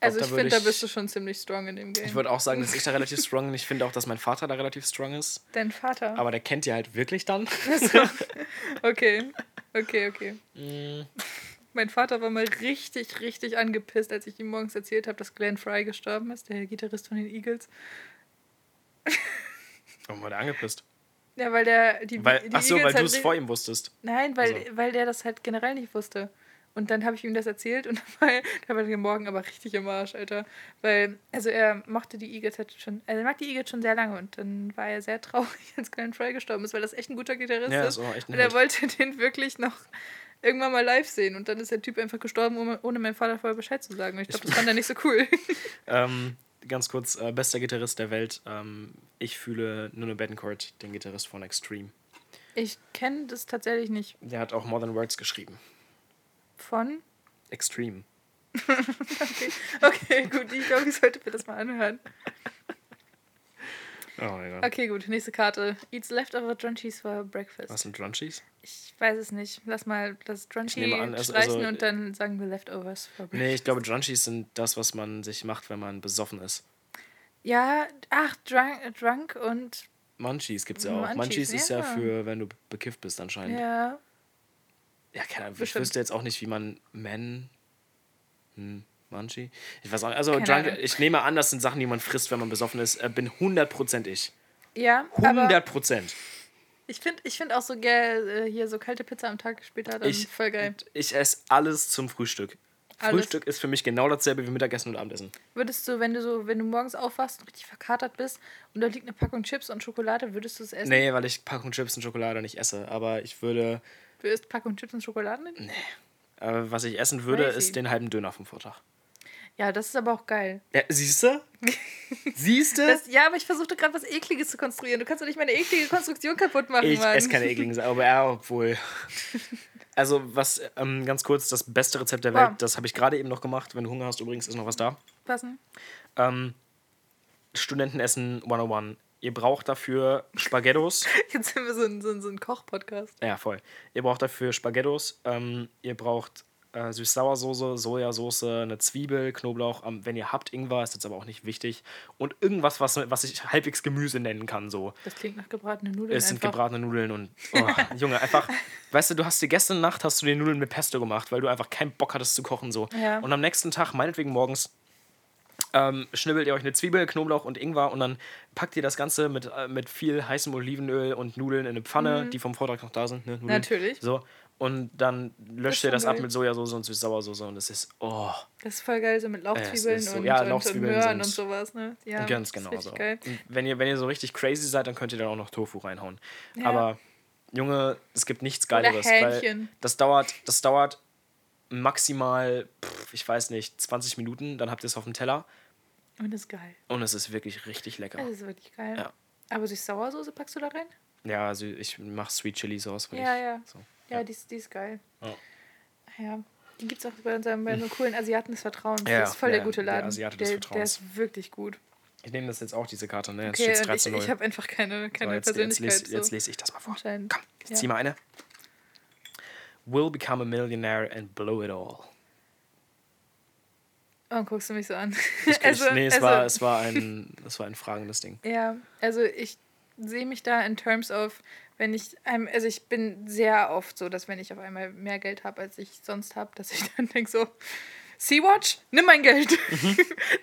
Speaker 7: Also
Speaker 8: da
Speaker 7: ich
Speaker 8: würd
Speaker 7: finde, da
Speaker 8: ich-
Speaker 7: bist du schon ziemlich strong in dem Game.
Speaker 8: Ich würde auch sagen, dass ich da relativ strong bin. Ich finde auch, dass mein Vater da relativ strong ist.
Speaker 7: Dein Vater.
Speaker 8: Aber der kennt die halt wirklich dann.
Speaker 7: Okay, okay, okay.
Speaker 8: Mm.
Speaker 7: Mein Vater war mal richtig, richtig angepisst, als ich ihm morgens erzählt habe, dass Glenn Fry gestorben ist, der Gitarrist von den Eagles.
Speaker 8: Warum war der Oh, angepisst?
Speaker 7: Ja, weil der die,
Speaker 8: Weil,
Speaker 7: die
Speaker 8: ach so, weil
Speaker 7: halt
Speaker 8: du es
Speaker 7: ri-
Speaker 8: vor ihm wusstest.
Speaker 7: Nein, weil,
Speaker 8: Also.
Speaker 7: weil der das halt generell nicht wusste. Und dann habe ich ihm das erzählt und dann war er- dann war der Morgen aber richtig im Arsch, Alter. Weil, also er mochte die Eagles halt schon, also er mag die Eagles schon sehr lange und dann war er sehr traurig, als Glenn Fry gestorben ist, weil das echt ein guter Gitarrist
Speaker 8: Ja,
Speaker 7: ist.
Speaker 8: ist auch echt ein
Speaker 7: und er
Speaker 8: Held.
Speaker 7: wollte den wirklich noch irgendwann mal live sehen. Und dann ist der Typ einfach gestorben, ohne- ohne meinem Vater vorher Bescheid zu sagen. Und ich glaube, das fand er nicht so cool.
Speaker 8: Ähm, ganz kurz, äh, bester Gitarrist der Welt. Ähm, ich fühle Nuno Bettencourt, den Gitarrist von Extreme.
Speaker 7: Ich kenne das tatsächlich nicht
Speaker 8: Der hat auch More Than Words geschrieben.
Speaker 7: von.
Speaker 8: Extreme.
Speaker 7: Okay, gut, ich glaube, ich sollte mir das mal anhören.
Speaker 8: Oh mein Gott.
Speaker 7: Okay, gut, nächste Karte. Eats leftover Drunchies for breakfast.
Speaker 8: Was sind Drunchies?
Speaker 7: Ich weiß es nicht. Lass mal das Drunchie
Speaker 8: nehme an, also-
Speaker 7: streichen
Speaker 8: also-
Speaker 7: und dann sagen wir leftovers for breakfast.
Speaker 8: Nee, ich glaube, Drunchies sind das, was man sich macht, wenn man besoffen ist.
Speaker 7: Ja, ach, drunk, äh, drunk und
Speaker 8: Munchies gibt's ja auch. Munchies,
Speaker 7: Munchies,
Speaker 8: ist ja
Speaker 7: ja.
Speaker 8: für, wenn du bekifft bist anscheinend. Ja,
Speaker 7: ja.
Speaker 8: keine Ahnung. Ich
Speaker 7: Bestimmt.
Speaker 8: wüsste jetzt auch nicht, wie man Men. Hm, Munchie? Ich weiß auch nicht. Also,
Speaker 7: Keine
Speaker 8: Drunk,
Speaker 7: Ahnung.
Speaker 8: ich nehme an, das sind Sachen, die man frisst, wenn man besoffen ist. Äh, bin 100% ich.
Speaker 7: Ja, aber
Speaker 8: 100%.
Speaker 7: ich finde ich find auch so geil, äh, hier so kalte Pizza am Tag später, dann
Speaker 8: Ich-
Speaker 7: voll geil.
Speaker 8: Ich esse alles zum Frühstück.
Speaker 7: Alles.
Speaker 8: Frühstück ist für mich genau dasselbe wie Mittagessen und Abendessen.
Speaker 7: Würdest du, wenn du so, wenn du morgens aufwachst und richtig verkatert bist und da liegt eine Packung Chips und Schokolade, würdest du es essen?
Speaker 8: Nee, weil ich Packung Chips und Schokolade nicht esse. Aber ich würde,
Speaker 7: Du isst Packung Chips und Schokolade? Nee.
Speaker 8: äh, was ich essen würde,
Speaker 7: Crazy.
Speaker 8: ist den halben Döner vom Vortag.
Speaker 7: Ja, das ist aber auch geil.
Speaker 8: Ja, siehst du? siehst du?
Speaker 7: Das, ja, aber ich versuchte gerade was Ekliges zu konstruieren. Du kannst doch nicht meine eklige Konstruktion kaputt machen,
Speaker 8: Ich
Speaker 7: Mann.
Speaker 8: esse keine ekligen Sachen, aber ja, obwohl. Also, was ähm, ganz kurz, das beste Rezept der
Speaker 7: Wow.
Speaker 8: Welt, das habe ich gerade eben noch gemacht. Wenn du Hunger hast, übrigens, ist noch was da.
Speaker 7: Passen.
Speaker 8: Ähm, Studentenessen 101. Ihr braucht dafür Spaghettos.
Speaker 7: Jetzt sind wir so ein, so ein, so ein Koch-Podcast.
Speaker 8: Ja, voll. Ihr braucht dafür Spaghettos, ähm, ihr braucht äh, Süß-Sauersoße, Sojasauce, eine Zwiebel, Knoblauch, ähm, wenn ihr habt Ingwer, ist jetzt aber auch nicht wichtig. Und irgendwas, was, was ich halbwegs Gemüse nennen kann, so.
Speaker 7: Das klingt nach gebratenen Nudeln.
Speaker 8: Es sind
Speaker 7: einfach.
Speaker 8: gebratene Nudeln und. Oh, Junge, einfach. Weißt du, du hast dir gestern Nacht hast du die Nudeln mit Pesto gemacht, weil du einfach keinen Bock hattest zu kochen so.
Speaker 7: Ja.
Speaker 8: Und am nächsten Tag, meinetwegen morgens, ähm, schnibbelt ihr euch eine Zwiebel, Knoblauch und Ingwer und dann packt ihr das Ganze mit, äh, mit viel heißem Olivenöl und Nudeln in eine Pfanne, die vom Vortrag noch da sind. Ne? Nudeln.
Speaker 7: Mhm. Natürlich.
Speaker 8: So. Und dann löscht
Speaker 7: ist
Speaker 8: ihr
Speaker 7: schon
Speaker 8: das ab
Speaker 7: geil.
Speaker 8: mit Sojasauce und süß-sauersoße und es ist. Oh.
Speaker 7: Das ist voll geil, so mit
Speaker 8: Äh,
Speaker 7: Lauchzwiebeln
Speaker 8: es ist so-
Speaker 7: und,
Speaker 8: ja,
Speaker 7: und, und
Speaker 8: Lauchzwiebeln
Speaker 7: Möhren
Speaker 8: sind-
Speaker 7: und sowas, ne? Ja,
Speaker 8: Ganz
Speaker 7: das ist
Speaker 8: genau
Speaker 7: richtig
Speaker 8: so.
Speaker 7: Geil.
Speaker 8: Und Wenn ihr, wenn ihr so richtig crazy seid, dann könnt ihr dann auch noch Tofu reinhauen. Aber Junge, es gibt nichts Geileres. Weil
Speaker 7: Hähnchen.
Speaker 8: das dauert, das dauert maximal, pff, ich weiß nicht, 20 Minuten, dann habt ihr es auf dem Teller
Speaker 7: Und das ist geil.
Speaker 8: und es ist wirklich richtig lecker.
Speaker 7: Das ist wirklich geil.
Speaker 8: Ja.
Speaker 7: Aber süß-Sauersoße packst du da rein?
Speaker 8: Ja, also ich mache Sweet Chili Sauce. weil
Speaker 7: Ja,
Speaker 8: ich,
Speaker 7: ja.
Speaker 8: So.
Speaker 7: Ja, Die, ist, die ist geil. Ah
Speaker 8: Ja. Hm.
Speaker 7: Ja. Die gibt es auch bei unserem bei so coolen Asiaten des Vertrauens.
Speaker 8: Ja,
Speaker 7: das ist voll
Speaker 8: ja,
Speaker 7: der
Speaker 8: der
Speaker 7: gute Laden.
Speaker 8: Asiate des
Speaker 7: der, der
Speaker 8: Vertrauens.
Speaker 7: ist wirklich gut.
Speaker 8: Ich nehme das jetzt auch, diese Karte, ne? Jetzt
Speaker 7: Okay,
Speaker 8: steht's
Speaker 7: und ich,
Speaker 8: 13
Speaker 7: ich habe einfach keine, keine
Speaker 8: jetzt, jetzt,
Speaker 7: Persönlichkeit.
Speaker 8: lese, jetzt
Speaker 7: so.
Speaker 8: lese ich das mal vor.
Speaker 7: Anscheinend.
Speaker 8: Komm, ich
Speaker 7: Ja.
Speaker 8: zieh mal eine. Will become a millionaire and blow it all.
Speaker 7: Oh, guckst du mich so an.
Speaker 8: Ich,
Speaker 7: Also,
Speaker 8: ich, nee, es, war, es, war ein, es war ein fragendes Ding.
Speaker 7: Ja, also ich sehe mich da in terms of, wenn ich, einem- also ich bin sehr oft so, dass wenn ich auf einmal mehr Geld habe, als ich sonst habe, dass ich dann denke so, Sea-Watch, nimm mein Geld.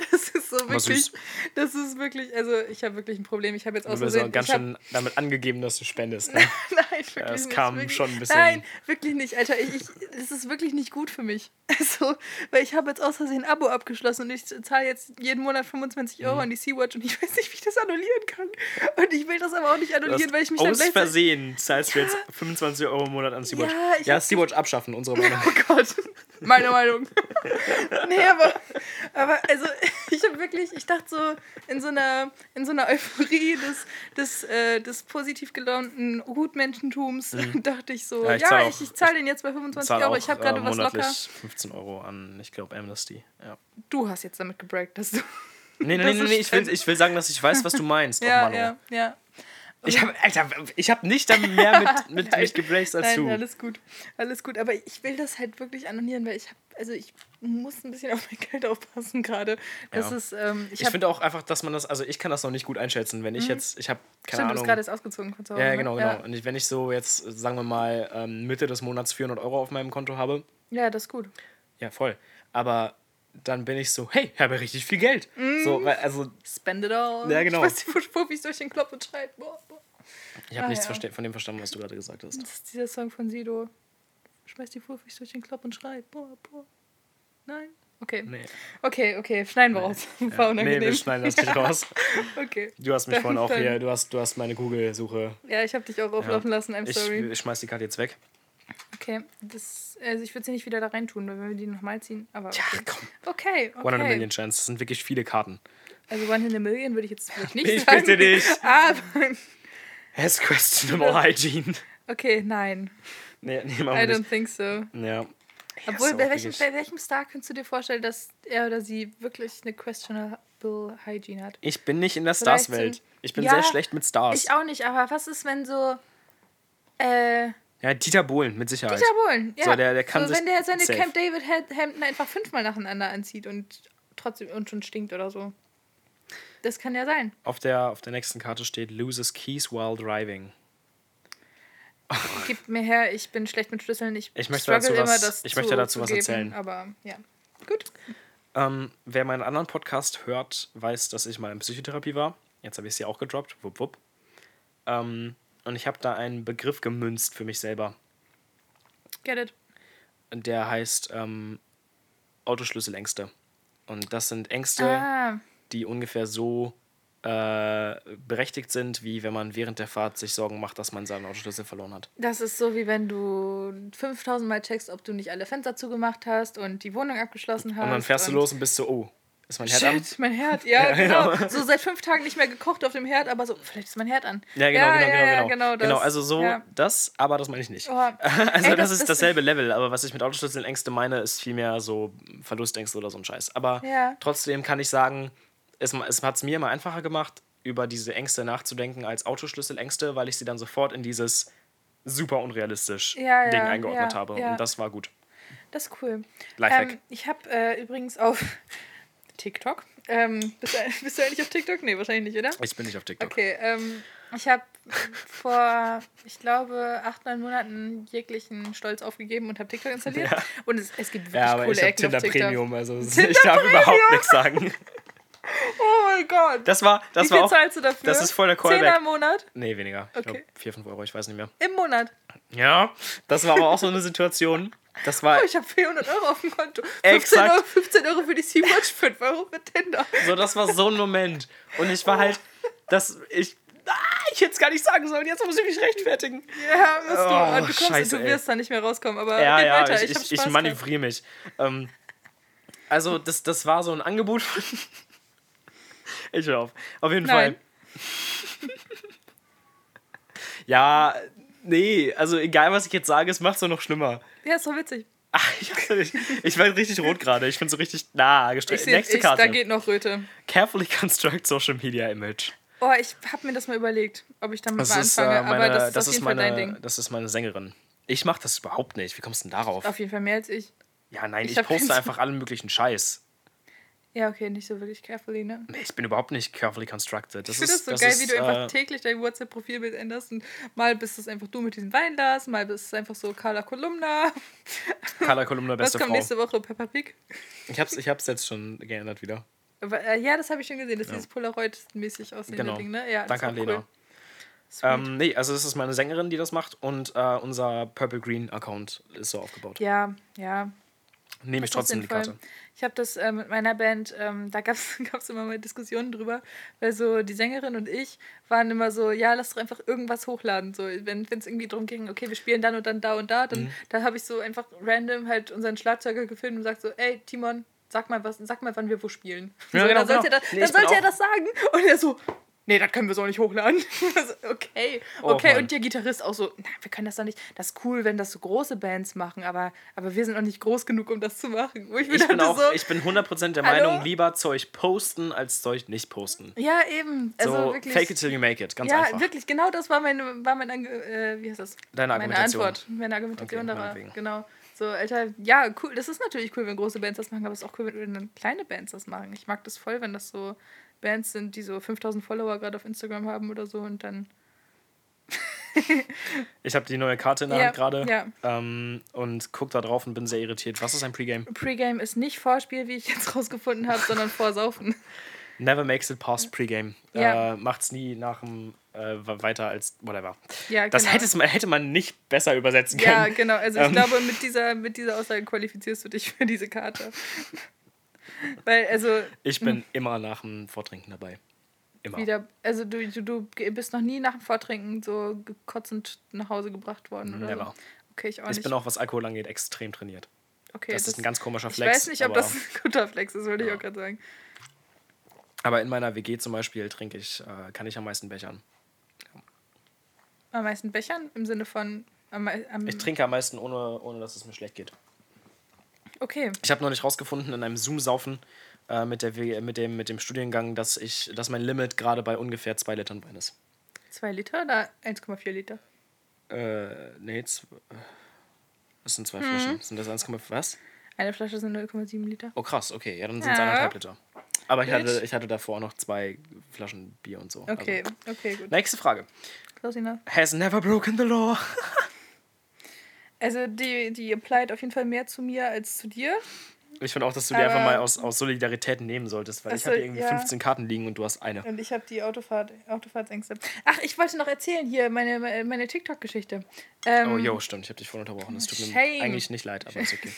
Speaker 7: Das ist so wirklich,
Speaker 8: Mhm. süß.
Speaker 7: das ist wirklich, also ich habe wirklich ein Problem. Ich habe jetzt
Speaker 8: Du
Speaker 7: aus
Speaker 8: bist auch
Speaker 7: Versehen,
Speaker 8: ganz
Speaker 7: Also ich hab-
Speaker 8: schön damit angegeben, dass du spendest. Ne?
Speaker 7: Nein, wirklich
Speaker 8: es
Speaker 7: nicht,
Speaker 8: kam
Speaker 7: wirklich,
Speaker 8: schon ein bisschen-
Speaker 7: Nein, wirklich nicht, Alter. Ich, ich, das ist wirklich nicht gut für mich. Also, weil ich habe jetzt aus Versehen ein Abo abgeschlossen und ich zahle jetzt jeden Monat 25
Speaker 8: Mhm.
Speaker 7: Euro an die Sea-Watch und ich weiß nicht, wie ich das annullieren kann. Und ich will das aber auch nicht
Speaker 8: Du
Speaker 7: annullieren,
Speaker 8: hast
Speaker 7: weil ich mich dann
Speaker 8: aus
Speaker 7: gleich...
Speaker 8: Versehen zahlst du jetzt 25 Euro im Monat an Sea-Watch.
Speaker 7: Ja, ich
Speaker 8: Ja,
Speaker 7: hab-
Speaker 8: Sea-Watch abschaffen, unsere Meinung.
Speaker 7: Oh Gott, meine Meinung. nee, aber, aber also ich habe wirklich, ich dachte so in so einer, in so einer Euphorie des, des, äh, des positiv gelaunten Gutmenschentums dachte ich so,
Speaker 8: Mhm. Ja,
Speaker 7: ja,
Speaker 8: ich zahl auch-
Speaker 7: ich, ich zahle den jetzt bei 25 Euro, ich habe gerade was
Speaker 8: äh, monatlich
Speaker 7: locker.
Speaker 8: 15 Euro an, ich glaube, Amnesty. Ja.
Speaker 7: Du hast jetzt damit gebreakt, dass du.
Speaker 8: Nee, nee, nee,
Speaker 7: Das
Speaker 8: nee,
Speaker 7: ist
Speaker 8: nee ich, will, ich will sagen, dass ich weiß, was du meinst. Och,
Speaker 7: Ja,
Speaker 8: Manu.
Speaker 7: ja, ja.
Speaker 8: Ich habe Alter, ich hab nicht dann mehr mit, mit
Speaker 7: Nein.
Speaker 8: mich gebraced als
Speaker 7: Nein,
Speaker 8: du.
Speaker 7: alles gut. Alles gut. Aber ich will das halt wirklich annullieren, weil ich habe, also ich muss ein bisschen auf mein Geld aufpassen gerade. Das
Speaker 8: Ja.
Speaker 7: ist, ähm, ich,
Speaker 8: ich
Speaker 7: hab- Mhm.
Speaker 8: finde auch einfach, dass man das, also ich kann das noch nicht gut einschätzen, wenn ich jetzt, ich habe keine
Speaker 7: Stimmt, du bist
Speaker 8: Ahnung.
Speaker 7: gerade jetzt ausgezogen. von zu Hause,
Speaker 8: Ja,
Speaker 7: ne?
Speaker 8: genau, genau. Und ich, wenn ich so jetzt, sagen wir mal, ähm, Mitte des Monats 400 Euro auf meinem Konto habe,
Speaker 7: Ja, das ist gut.
Speaker 8: ja, voll. Aber dann bin ich so, hey, ich habe richtig viel Geld.
Speaker 7: Mhm.
Speaker 8: So, weil, also,
Speaker 7: Spend it all.
Speaker 8: Ja, genau.
Speaker 7: Ich weiß nicht, wo Spufis durch den Klopf und schreit. Boah, boah.
Speaker 8: ich habe
Speaker 7: Ah,
Speaker 8: nichts
Speaker 7: ja.
Speaker 8: verste- von dem verstanden, was du gerade gesagt hast.
Speaker 7: Das ist dieser Song von Sido. Schmeiß die Fufis durch den Klopf und schreit. Boah, boah. Nein? Okay.
Speaker 8: Nee,
Speaker 7: Okay, okay. Schneiden wir raus. War
Speaker 8: nee wir
Speaker 7: unangenehm.
Speaker 8: schneiden das nicht raus.
Speaker 7: okay.
Speaker 8: Du hast mich vorhin auch
Speaker 7: Dann-
Speaker 8: hier, du hast, du hast meine Google-Suche.
Speaker 7: Ja, ich habe dich auch auflaufen lassen. I'm
Speaker 8: Ich,
Speaker 7: sorry.
Speaker 8: ich schmeiß die Karte jetzt weg.
Speaker 7: Okay, das, also ich würde sie nicht wieder da reintun, weil wenn wir die nochmal ziehen. Aber okay.
Speaker 8: komm.
Speaker 7: okay, okay.
Speaker 8: One in a million chance. Das sind wirklich viele Karten.
Speaker 7: Also One in a Million würde ich jetzt vielleicht nicht
Speaker 8: Ich
Speaker 7: sagen.
Speaker 8: bitte nicht.
Speaker 7: Aber,
Speaker 8: Has questionable hygiene.
Speaker 7: okay, nein.
Speaker 8: Nee, nee, machen
Speaker 7: I
Speaker 8: wir
Speaker 7: don't think so.
Speaker 8: nicht. Ja.
Speaker 7: Obwohl,
Speaker 8: so
Speaker 7: bei welchem,
Speaker 8: wirklich.
Speaker 7: bei welchem Star kannst du dir vorstellen, dass er oder sie wirklich eine questionable Hygiene hat?
Speaker 8: Ich bin nicht in der
Speaker 7: Vielleicht
Speaker 8: Stars-Welt.
Speaker 7: sind-
Speaker 8: Ich bin
Speaker 7: Ja,
Speaker 8: sehr schlecht mit Stars.
Speaker 7: Ich auch nicht, aber was ist, wenn so. Äh,
Speaker 8: Ja, Dieter Bohlen, mit Sicherheit.
Speaker 7: Dieter Bohlen, ja.
Speaker 8: So, der- der kann
Speaker 7: so,
Speaker 8: sich-
Speaker 7: wenn der seine
Speaker 8: safe.
Speaker 7: Camp David Hemd- Hemden einfach fünfmal nacheinander anzieht und trotzdem und schon stinkt oder so. Das kann ja sein.
Speaker 8: Auf der, auf der nächsten Karte steht Loses Keys while driving.
Speaker 7: Gib mir her, ich bin schlecht mit Schlüsseln. Ich,
Speaker 8: Ich möchte
Speaker 7: struggle
Speaker 8: dazu was-
Speaker 7: immer, das
Speaker 8: ich möchte
Speaker 7: zu,
Speaker 8: dazu was
Speaker 7: zu geben,
Speaker 8: erzählen.
Speaker 7: Aber ja. Gut.
Speaker 8: Ähm, wer meinen anderen Podcast hört, weiß, dass ich mal in Psychotherapie war. Jetzt habe ich sie auch gedroppt. Wupp, wupp. Ähm, und ich habe da einen Begriff gemünzt für mich selber.
Speaker 7: Get it.
Speaker 8: Der heißt ähm, Autoschlüsselängste. Und das sind Ängste,
Speaker 7: Ah,
Speaker 8: die ungefähr so äh, berechtigt sind, wie wenn man während der Fahrt sich Sorgen macht, dass man seinen Autoschlüssel verloren hat.
Speaker 7: das ist so, wie wenn du 5000 Mal checkst, ob du nicht alle Fenster zugemacht hast und die Wohnung abgeschlossen hast.
Speaker 8: Und dann fährst du los und bist so, oh, ist mein Herd an?
Speaker 7: Ah, Shit, mein Herd, ja, genau. So seit fünf Tagen nicht mehr gekocht auf dem Herd, aber so, vielleicht ist mein Herd an.
Speaker 8: Ja, genau, genau, genau,
Speaker 7: ja,
Speaker 8: genau. Genau,
Speaker 7: das.
Speaker 8: also so
Speaker 7: Ja.
Speaker 8: das, aber das meine ich nicht.
Speaker 7: Oh.
Speaker 8: Also das,
Speaker 7: Ey, das-
Speaker 8: ist
Speaker 7: das-
Speaker 8: dasselbe Level, aber was ich mit Autoschlüsseln Ängste meine, ist vielmehr so Verlustängste oder so ein Scheiß. Aber
Speaker 7: Ja.
Speaker 8: trotzdem kann ich sagen, es, es hat es mir immer einfacher gemacht, über diese Ängste nachzudenken als Autoschlüsselängste, weil ich sie dann sofort in dieses super unrealistisch
Speaker 7: Ja, ja,
Speaker 8: Ding eingeordnet
Speaker 7: ja,
Speaker 8: habe.
Speaker 7: ja.
Speaker 8: Und das war gut.
Speaker 7: Das ist cool.
Speaker 8: Lifehack.
Speaker 7: Ähm, ich habe äh, übrigens auf TikTok. Ähm, bist, du, bist du eigentlich auf TikTok? Nee, wahrscheinlich nicht, oder?
Speaker 8: Ich bin nicht auf TikTok.
Speaker 7: Okay, ähm, ich habe vor, ich glaube, acht, neun Monaten jeglichen Stolz aufgegeben und habe TikTok installiert. Und es, es gibt wirklich
Speaker 8: Ja, aber
Speaker 7: coole
Speaker 8: ich habe
Speaker 7: Ecken
Speaker 8: Tinder
Speaker 7: auf TikTok.
Speaker 8: Premium, also ich darf überhaupt nichts sagen.
Speaker 7: Oh mein Gott.
Speaker 8: Das war, das
Speaker 7: Wie viel
Speaker 8: war auch,
Speaker 7: zahlst du dafür?
Speaker 8: das ist voll der
Speaker 7: Zehner
Speaker 8: Callback.
Speaker 7: im Monat?
Speaker 8: Nee, weniger. Ich glaube
Speaker 7: Okay.
Speaker 8: 4, 5 Euro, ich weiß nicht mehr.
Speaker 7: Im Monat.
Speaker 8: Ja, das war aber auch so eine Situation. Das war
Speaker 7: Oh, ich habe 400 Euro auf dem Konto. 15
Speaker 8: Exakt.
Speaker 7: Euro, 15 Euro für die Sea-Watch, 5 Euro für Tinder.
Speaker 8: so, das war so ein Moment und ich war halt das ich ah, ich hätte es gar nicht sagen sollen. Jetzt muss ich mich rechtfertigen.
Speaker 7: Ja, musst
Speaker 8: Oh,
Speaker 7: du. Und du, kommst,
Speaker 8: scheiße,
Speaker 7: du
Speaker 8: ey.
Speaker 7: wirst da nicht mehr rauskommen. Aber
Speaker 8: Ja,
Speaker 7: geht
Speaker 8: ja,
Speaker 7: weiter.
Speaker 8: ich,
Speaker 7: hab
Speaker 8: ich, ich
Speaker 7: Spaß gehabt.
Speaker 8: manövriere mich. Ähm, also, das, das war so ein Angebot von. ich höre auf. Auf jeden
Speaker 7: Nein.
Speaker 8: Fall. ja, nee, also egal, was ich jetzt sage, es macht es nur noch schlimmer.
Speaker 7: Ja, ist doch witzig.
Speaker 8: Ach, ich, weiß nicht. ich war richtig rot gerade. Ich bin so richtig. Na,
Speaker 7: Ich
Speaker 8: gestresst.
Speaker 7: seh,
Speaker 8: Äh, Nächste
Speaker 7: ich,
Speaker 8: Karte.
Speaker 7: Da geht noch Röte.
Speaker 8: Carefully construct social media image.
Speaker 7: Oh, ich habe mir das mal überlegt, ob ich damit
Speaker 8: Das
Speaker 7: mal
Speaker 8: ist, äh,
Speaker 7: anfange.
Speaker 8: meine,
Speaker 7: aber das ist
Speaker 8: das
Speaker 7: auf
Speaker 8: ist
Speaker 7: jeden Fall dein
Speaker 8: meine,
Speaker 7: Ding.
Speaker 8: das ist meine Sängerin. Ich mache das überhaupt nicht. Wie kommst du denn darauf?
Speaker 7: Auf jeden Fall mehr als ich.
Speaker 8: ja, nein,
Speaker 7: ich
Speaker 8: ich,
Speaker 7: hab
Speaker 8: poste
Speaker 7: keinen-
Speaker 8: einfach allen möglichen Scheiß.
Speaker 7: Ja, okay, nicht so wirklich carefully, ne?
Speaker 8: Nee, Ich bin überhaupt nicht carefully constructed. Das
Speaker 7: Ich finde das
Speaker 8: ist
Speaker 7: so geil,
Speaker 8: ist,
Speaker 7: wie du einfach
Speaker 8: äh,
Speaker 7: täglich dein WhatsApp-Profilbild änderst und mal bist es einfach du mit diesem Weinglas, mal bist es einfach so Carla Kolumna.
Speaker 8: Carla Kolumna,
Speaker 7: Was
Speaker 8: beste
Speaker 7: kommt
Speaker 8: Frau.
Speaker 7: nächste Woche? Peppa Pig?
Speaker 8: Ich hab's, ich hab's jetzt schon geändert wieder.
Speaker 7: Aber, äh, ja, das habe ich schon gesehen, dass dieses Polaroid-mäßig aussehende
Speaker 8: Genau.
Speaker 7: Ding, ne? Ja, das
Speaker 8: Danke
Speaker 7: ist
Speaker 8: an
Speaker 7: auch
Speaker 8: Lena.
Speaker 7: cool. Sweet.
Speaker 8: Ähm, nee, also es ist meine Sängerin, die das macht und äh, unser Purple Green Account ist so aufgebaut.
Speaker 7: Ja, ja.
Speaker 8: Nehme ich
Speaker 7: das ist
Speaker 8: trotzdem die
Speaker 7: sinnvoll.
Speaker 8: Karte.
Speaker 7: Ich habe das äh, mit meiner Band, ähm, da gab es immer mal Diskussionen drüber, weil so die Sängerin und ich waren immer so, ja, lass doch einfach irgendwas hochladen. So, wenn es irgendwie darum ging, okay, wir spielen dann und dann da und da, dann
Speaker 8: Mhm.
Speaker 7: da habe ich so einfach random halt unseren Schlagzeuger gefilmt und gesagt so, ey, Timon, sag mal was, sag mal, wann wir wo spielen.
Speaker 8: Ja,
Speaker 7: so,
Speaker 8: genau,
Speaker 7: dann sollte
Speaker 8: genau.
Speaker 7: er das,
Speaker 8: Nee, ich
Speaker 7: dann
Speaker 8: bin
Speaker 7: sollte er
Speaker 8: auch-
Speaker 7: das sagen. Und er so, nee, das können wir so nicht hochladen. Also, okay,
Speaker 8: Oh,
Speaker 7: okay.
Speaker 8: Mann.
Speaker 7: und der Gitarrist auch so, na, wir können das doch nicht. Das ist cool, wenn das so große Bands machen, aber, aber wir sind noch nicht groß genug, um das zu machen. Wo ich mir
Speaker 8: Ich bin
Speaker 7: dachte
Speaker 8: auch,
Speaker 7: so,
Speaker 8: ich bin 100% der
Speaker 7: Hallo?
Speaker 8: Meinung, lieber Zeug posten als Zeug nicht posten.
Speaker 7: ja, eben. Also
Speaker 8: so,
Speaker 7: wirklich.
Speaker 8: fake it till you make it, ganz
Speaker 7: ja,
Speaker 8: einfach.
Speaker 7: wirklich, genau das war meine, war mein Ange äh, wie heißt das?
Speaker 8: Deine
Speaker 7: meine
Speaker 8: Argumentation.
Speaker 7: Antwort, meine Argumentation
Speaker 8: Okay,
Speaker 7: darauf.
Speaker 8: meinetwegen.
Speaker 7: Genau. So, Alter, ja, cool. Das ist natürlich cool, wenn große Bands das machen, aber es ist auch cool, wenn dann kleine Bands das machen. Ich mag das voll, wenn das so Bands sind, die so 5000 Follower gerade auf Instagram haben oder so und dann.
Speaker 8: Ich habe die neue Karte in der
Speaker 7: Ja,
Speaker 8: Hand gerade
Speaker 7: ja.
Speaker 8: ähm, und guck da drauf und bin sehr irritiert. Was ist ein Pre-Game?
Speaker 7: Pre-Game ist nicht Vorspiel, wie ich jetzt rausgefunden habe, sondern Vorsaufen.
Speaker 8: Never makes it past Pre-Game.
Speaker 7: Ja.
Speaker 8: Äh, macht's nie nach dem äh, weiter als whatever.
Speaker 7: Ja,
Speaker 8: Das
Speaker 7: genau.
Speaker 8: hätte man, hätte man nicht besser übersetzen können.
Speaker 7: Ja, genau. Also ich
Speaker 8: Ähm.
Speaker 7: glaube, mit dieser, mit dieser Aussage qualifizierst du dich für diese Karte. Weil, also,
Speaker 8: Ich bin immer nach dem Vortrinken dabei. Immer.
Speaker 7: wieder, also du, du, du bist noch nie nach dem Vortrinken so ge- kotzend nach Hause gebracht worden, oder?
Speaker 8: Never.
Speaker 7: So. Okay, ich auch
Speaker 8: Ich
Speaker 7: nicht.
Speaker 8: bin auch, was Alkohol angeht, extrem trainiert.
Speaker 7: okay,
Speaker 8: das ist ein ganz komischer
Speaker 7: Ich
Speaker 8: Flex,
Speaker 7: weiß nicht, ob
Speaker 8: aber-
Speaker 7: das ein guter Flex ist, würde ich auch gerade sagen.
Speaker 8: Aber in meiner WG zum Beispiel trinke ich, äh, kann ich am meisten bechern.
Speaker 7: Am meisten Bechern im Sinne von. Am, mei- am,
Speaker 8: Ich trinke am meisten, ohne, ohne dass es mir schlecht geht.
Speaker 7: okay.
Speaker 8: Ich habe noch nicht rausgefunden in einem Zoom-Saufen äh, mit, der W- mit, dem, mit dem Studiengang, dass, ich, dass mein Limit gerade bei ungefähr zwei Litern Wein ist.
Speaker 7: Zwei Liter oder 1,4 Liter?
Speaker 8: Äh, nee, jetzt. Das sind
Speaker 7: Hm.
Speaker 8: zwei Flaschen. Sind das 1,5? Was?
Speaker 7: Eine Flasche sind 0,7 Liter.
Speaker 8: Oh, krass, okay. Ja, dann sind es
Speaker 7: Ja.
Speaker 8: anderthalb Liter. Aber ich hatte,
Speaker 7: Bitch.
Speaker 8: ich hatte davor noch zwei Flaschen Bier und so.
Speaker 7: Okay,
Speaker 8: Also,
Speaker 7: okay, gut.
Speaker 8: nächste Frage.
Speaker 7: Close enough.
Speaker 8: Has never broken the law.
Speaker 7: Also die, die applied auf jeden Fall mehr zu mir als zu dir.
Speaker 8: Ich finde auch, dass du die
Speaker 7: Aber-
Speaker 8: einfach mal aus, aus Solidarität nehmen solltest, weil ich
Speaker 7: Achso,
Speaker 8: habe hier irgendwie
Speaker 7: ja. Ähm.
Speaker 8: 15 Karten liegen und du hast eine.
Speaker 7: Und ich habe die Autofahrt, Autofahrtsängste. Ach, ich wollte noch erzählen hier meine, meine TikTok-Geschichte. Ähm,
Speaker 8: Oh, jo, stimmt. Ich habe dich vorhin unterbrochen. Das tut mir
Speaker 7: Shame.
Speaker 8: eigentlich nicht leid, aber ist okay.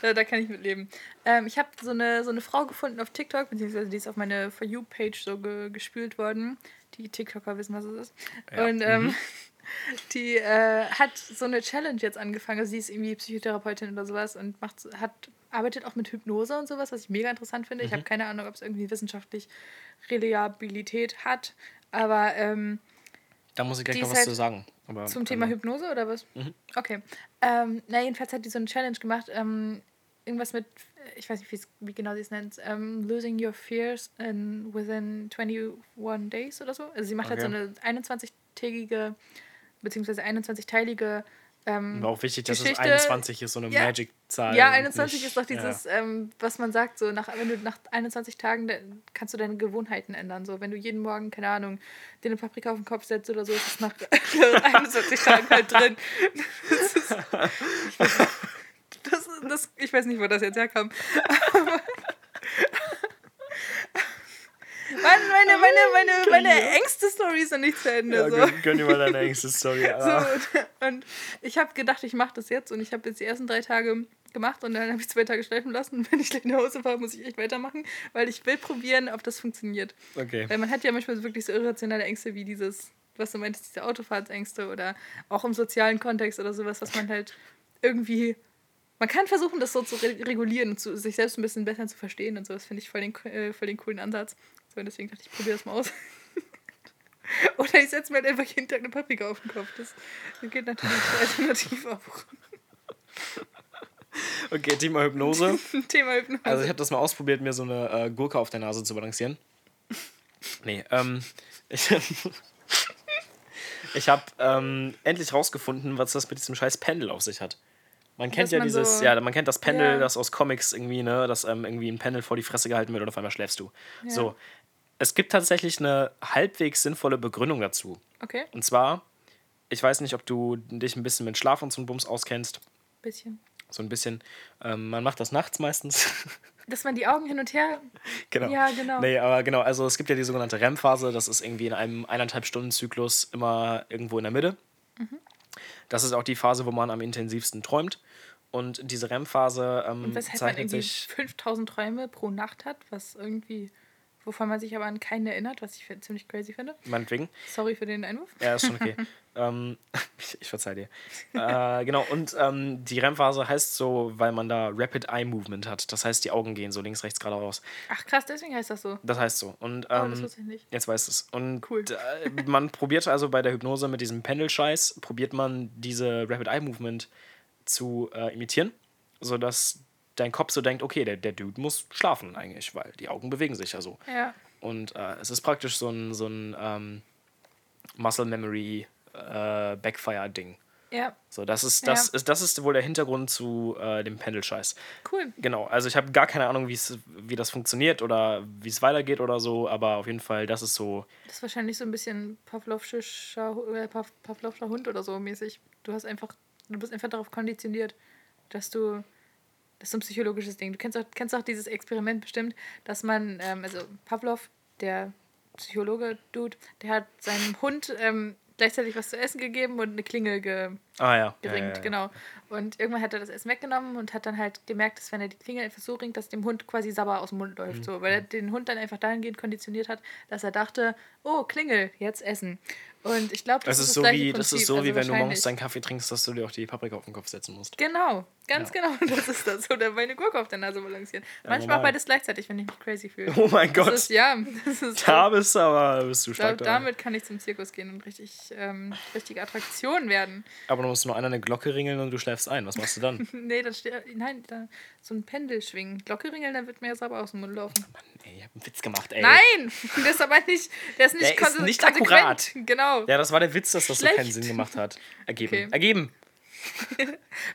Speaker 7: Da, da kann ich mitleben. Ähm, ich habe so eine, so eine Frau gefunden auf TikTok, beziehungsweise die ist auf meine For You-Page so ge gespült worden. Die TikToker wissen, was es ist.
Speaker 8: Ja.
Speaker 7: Und ähm, die äh, hat so eine Challenge jetzt angefangen. Also sie ist irgendwie Psychotherapeutin oder sowas und macht, hat, arbeitet auch mit Hypnose und sowas, was ich mega interessant finde. Ich habe keine Ahnung, ob es irgendwie wissenschaftlich Reliabilität hat. Aber ähm,
Speaker 8: Da muss ich gleich
Speaker 7: Die
Speaker 8: noch
Speaker 7: ist
Speaker 8: was
Speaker 7: halt
Speaker 8: zu sagen. Aber, ähm,
Speaker 7: zum Thema Mhm. Hypnose oder was? Okay. Ähm, na, jedenfalls hat die so eine Challenge gemacht. Ähm, irgendwas mit, ich weiß nicht, wie's- wie genau sie es nennt, ähm, Losing Your Fears in within 21 Days oder so. Also sie macht halt so
Speaker 8: Okay.
Speaker 7: eine 21-tägige, beziehungsweise 21-teilige. Ähm,
Speaker 8: War auch wichtig, dass
Speaker 7: Geschichte-
Speaker 8: es 21 ist, so eine
Speaker 7: Ja.
Speaker 8: Magic-Zahl.
Speaker 7: ja,
Speaker 8: und
Speaker 7: 21
Speaker 8: nicht-
Speaker 7: ist doch
Speaker 8: ja.
Speaker 7: dieses, ähm, was man sagt, so nach, wenn du nach 21 Tagen de- kannst du deine Gewohnheiten ändern. So, wenn du jeden Morgen, keine Ahnung, dir eine Paprika auf den Kopf setzt oder so, ist es nach 21 Tagen halt drin. Das ist, das, das, ich weiß nicht, wo das jetzt herkam. Mann, meine, meine, meine, meine Ängste-Story ist noch nicht zu Ende.
Speaker 8: Ja, genau.
Speaker 7: so.
Speaker 8: gönn, gönn dir mal deine Ängste, sorry. Ah.
Speaker 7: So, und ich habe gedacht, ich mache das jetzt und ich habe jetzt die ersten drei Tage gemacht und dann habe ich zwei Tage schleifen lassen. Und wenn ich gleich nach Hause fahre, muss ich echt weitermachen, weil ich will probieren, ob das funktioniert.
Speaker 8: Okay.
Speaker 7: Weil man hat ja manchmal wirklich so irrationale Ängste wie dieses, was du meintest, diese Autofahrtsängste oder auch im sozialen Kontext oder sowas, was man halt irgendwie. Man kann versuchen, das so zu re regulieren und zu, sich selbst ein bisschen besser zu verstehen und sowas finde ich voll den, äh, voll den coolen Ansatz. So, und deswegen dachte ich, probiere das mal aus. Oder ich setze mir halt einfach jeden Tag eine Paprika auf den Kopf. Das geht natürlich alternativ auch.
Speaker 8: Okay, Thema Hypnose.
Speaker 7: Thema Hypnose.
Speaker 8: Also ich habe das mal ausprobiert, mir so eine äh, Gurke auf der Nase zu balancieren. Nee, ähm, ich, ich habe ähm, endlich rausgefunden, was das mit diesem scheiß Pendel auf sich hat. Man kennt
Speaker 7: Dass
Speaker 8: ja
Speaker 7: man
Speaker 8: dieses,
Speaker 7: so-
Speaker 8: ja, man kennt das Pendel,
Speaker 7: Ja.
Speaker 8: das aus Comics irgendwie, ne, dass ähm, irgendwie ein Pendel vor die Fresse gehalten wird und auf einmal schläfst du. So, es gibt tatsächlich eine halbwegs sinnvolle Begründung dazu.
Speaker 7: okay,
Speaker 8: Und zwar, ich weiß nicht, ob du dich ein bisschen mit Schlaf und so einem Bums auskennst,
Speaker 7: bisschen.
Speaker 8: so ein bisschen. Ähm, man macht das nachts meistens.
Speaker 7: Dass man die Augen hin und her.
Speaker 8: genau.
Speaker 7: Ja, genau.
Speaker 8: Nee, aber genau, also es gibt ja die sogenannte REM-Phase, das ist irgendwie in einem eineinhalb Stunden Zyklus immer irgendwo in der Mitte.
Speaker 7: Mhm.
Speaker 8: Das ist auch die Phase, wo man am intensivsten träumt. Und diese REM-Phase ähm,
Speaker 7: Und weshalb man
Speaker 8: zeichnet
Speaker 7: irgendwie
Speaker 8: sich.
Speaker 7: 5000 Träume pro Nacht hat, was irgendwie, wovon man sich aber an keinen erinnert, was ich fi- ziemlich crazy finde.
Speaker 8: Meinetwegen.
Speaker 7: Sorry für den Einwurf.
Speaker 8: Ja, ist schon okay. ähm, ich, ich verzeih dir. Äh, genau, und ähm, die REM-Phase heißt so, weil man da Rapid Eye Movement hat. Das heißt, die Augen gehen so links, rechts, geradeaus.
Speaker 7: Ach krass, deswegen heißt das so.
Speaker 8: Das heißt so. Und
Speaker 7: Oh,
Speaker 8: ähm,
Speaker 7: das wusste ich nicht.
Speaker 8: jetzt weißt du es. Und
Speaker 7: Cool.
Speaker 8: äh, man probiert also bei der Hypnose mit diesem Pendelscheiß, probiert man diese Rapid Eye Movement zu äh, imitieren, sodass dein Kopf so denkt, okay, der, der Dude muss schlafen eigentlich, weil die Augen bewegen sich ja so.
Speaker 7: Ja.
Speaker 8: Und äh, es ist praktisch so ein, so ein ähm, Muscle Memory äh, Backfire-Ding.
Speaker 7: Ja,
Speaker 8: So, das ist, das
Speaker 7: Ja.
Speaker 8: ist, das ist wohl der Hintergrund zu äh, dem Pendelscheiß.
Speaker 7: cool.
Speaker 8: Genau, also ich habe gar keine Ahnung, wie's, wie das funktioniert oder wie es weitergeht oder so, aber auf jeden Fall, das ist so.
Speaker 7: Das ist wahrscheinlich so ein bisschen Pavlovscher, äh, Pav, Pavlovscher Hund oder so mäßig. Du hast einfach, du bist einfach darauf konditioniert, dass du. Das ist so ein psychologisches Ding. Du kennst auch, kennst auch dieses Experiment bestimmt, dass man, ähm, also Pavlov, der Psychologe-Dude, der hat seinem Hund ähm, gleichzeitig was zu essen gegeben und eine Klingel ge
Speaker 8: Ah ja. ja, ja,
Speaker 7: geringt,
Speaker 8: ja.
Speaker 7: genau. Und irgendwann hat er das Essen weggenommen und hat dann halt gemerkt, dass wenn er die Klinge etwas so ringt, dass dem Hund quasi Sabber aus dem Mund läuft.
Speaker 8: Mhm.
Speaker 7: So, weil er den Hund dann einfach dahingehend konditioniert hat, dass er dachte, oh, Klingel, jetzt essen. Und ich glaube, das,
Speaker 8: Das, ist
Speaker 7: das
Speaker 8: so
Speaker 7: gleiche
Speaker 8: wie, das
Speaker 7: Prinzip,
Speaker 8: ist so,
Speaker 7: also
Speaker 8: wie wenn du morgens
Speaker 7: wahrscheinlich-
Speaker 8: deinen Kaffee trinkst, dass du dir auch die Paprika auf den Kopf setzen musst.
Speaker 7: Genau, ganz genau, das ist das. Oder meine Gurke auf der Nase balancieren. Manchmal auch
Speaker 8: normal.
Speaker 7: beides gleichzeitig, wenn ich mich crazy fühle.
Speaker 8: Oh mein
Speaker 7: Das
Speaker 8: Gott.
Speaker 7: ist, ja, das ist so.
Speaker 8: Da bist du aber bist du
Speaker 7: Da,
Speaker 8: stark dran.
Speaker 7: damit kann ich zum Zirkus gehen und richtig ähm, richtige Attraktion werden.
Speaker 8: Aber dann muss nur einer eine Glocke ringeln und du schläfst ein. Was machst du dann?
Speaker 7: Nee, dann steht. Nein, da, so ein Pendel schwingen. Glocke ringeln, dann wird mir ja sauber aus dem Mund laufen.
Speaker 8: ey, ich hab einen Witz gemacht, ey.
Speaker 7: Nein! Der ist aber nicht. Der ist nicht,
Speaker 8: Der ist
Speaker 7: konse-
Speaker 8: nicht
Speaker 7: konsequent.
Speaker 8: akkurat.
Speaker 7: Genau.
Speaker 8: Ja, das war der Witz, dass das so keinen
Speaker 7: Schlecht.
Speaker 8: Sinn gemacht hat. Ergeben.
Speaker 7: Okay.
Speaker 8: Ergeben.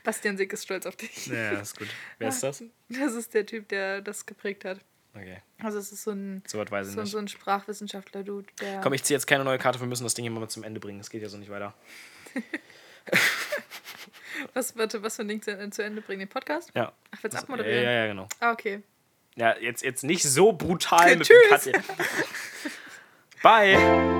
Speaker 7: Bastian Sick ist stolz auf dich.
Speaker 8: Ja, ist gut. Wer ist das?
Speaker 7: Das ist der Typ, der das geprägt hat.
Speaker 8: Okay,
Speaker 7: Also, es ist so ein,
Speaker 8: so weit weiß ich
Speaker 7: so,
Speaker 8: nicht.
Speaker 7: so ein Sprachwissenschaftler-Dude. der-
Speaker 8: Komm, ich ziehe jetzt keine neue Karte, wir müssen das Ding hier mal zum Ende bringen. Es geht ja so nicht weiter.
Speaker 7: Was, warte, was für ein Ding zu, zu Ende bringen? Den Podcast?
Speaker 8: Ja.
Speaker 7: Ach, wird's
Speaker 8: Ja,
Speaker 7: abmoderieren?
Speaker 8: ja, ja, genau.
Speaker 7: Ah, okay.
Speaker 8: Ja, jetzt, jetzt nicht so brutal mit dem
Speaker 7: Tschüss.
Speaker 8: Cut. Bye.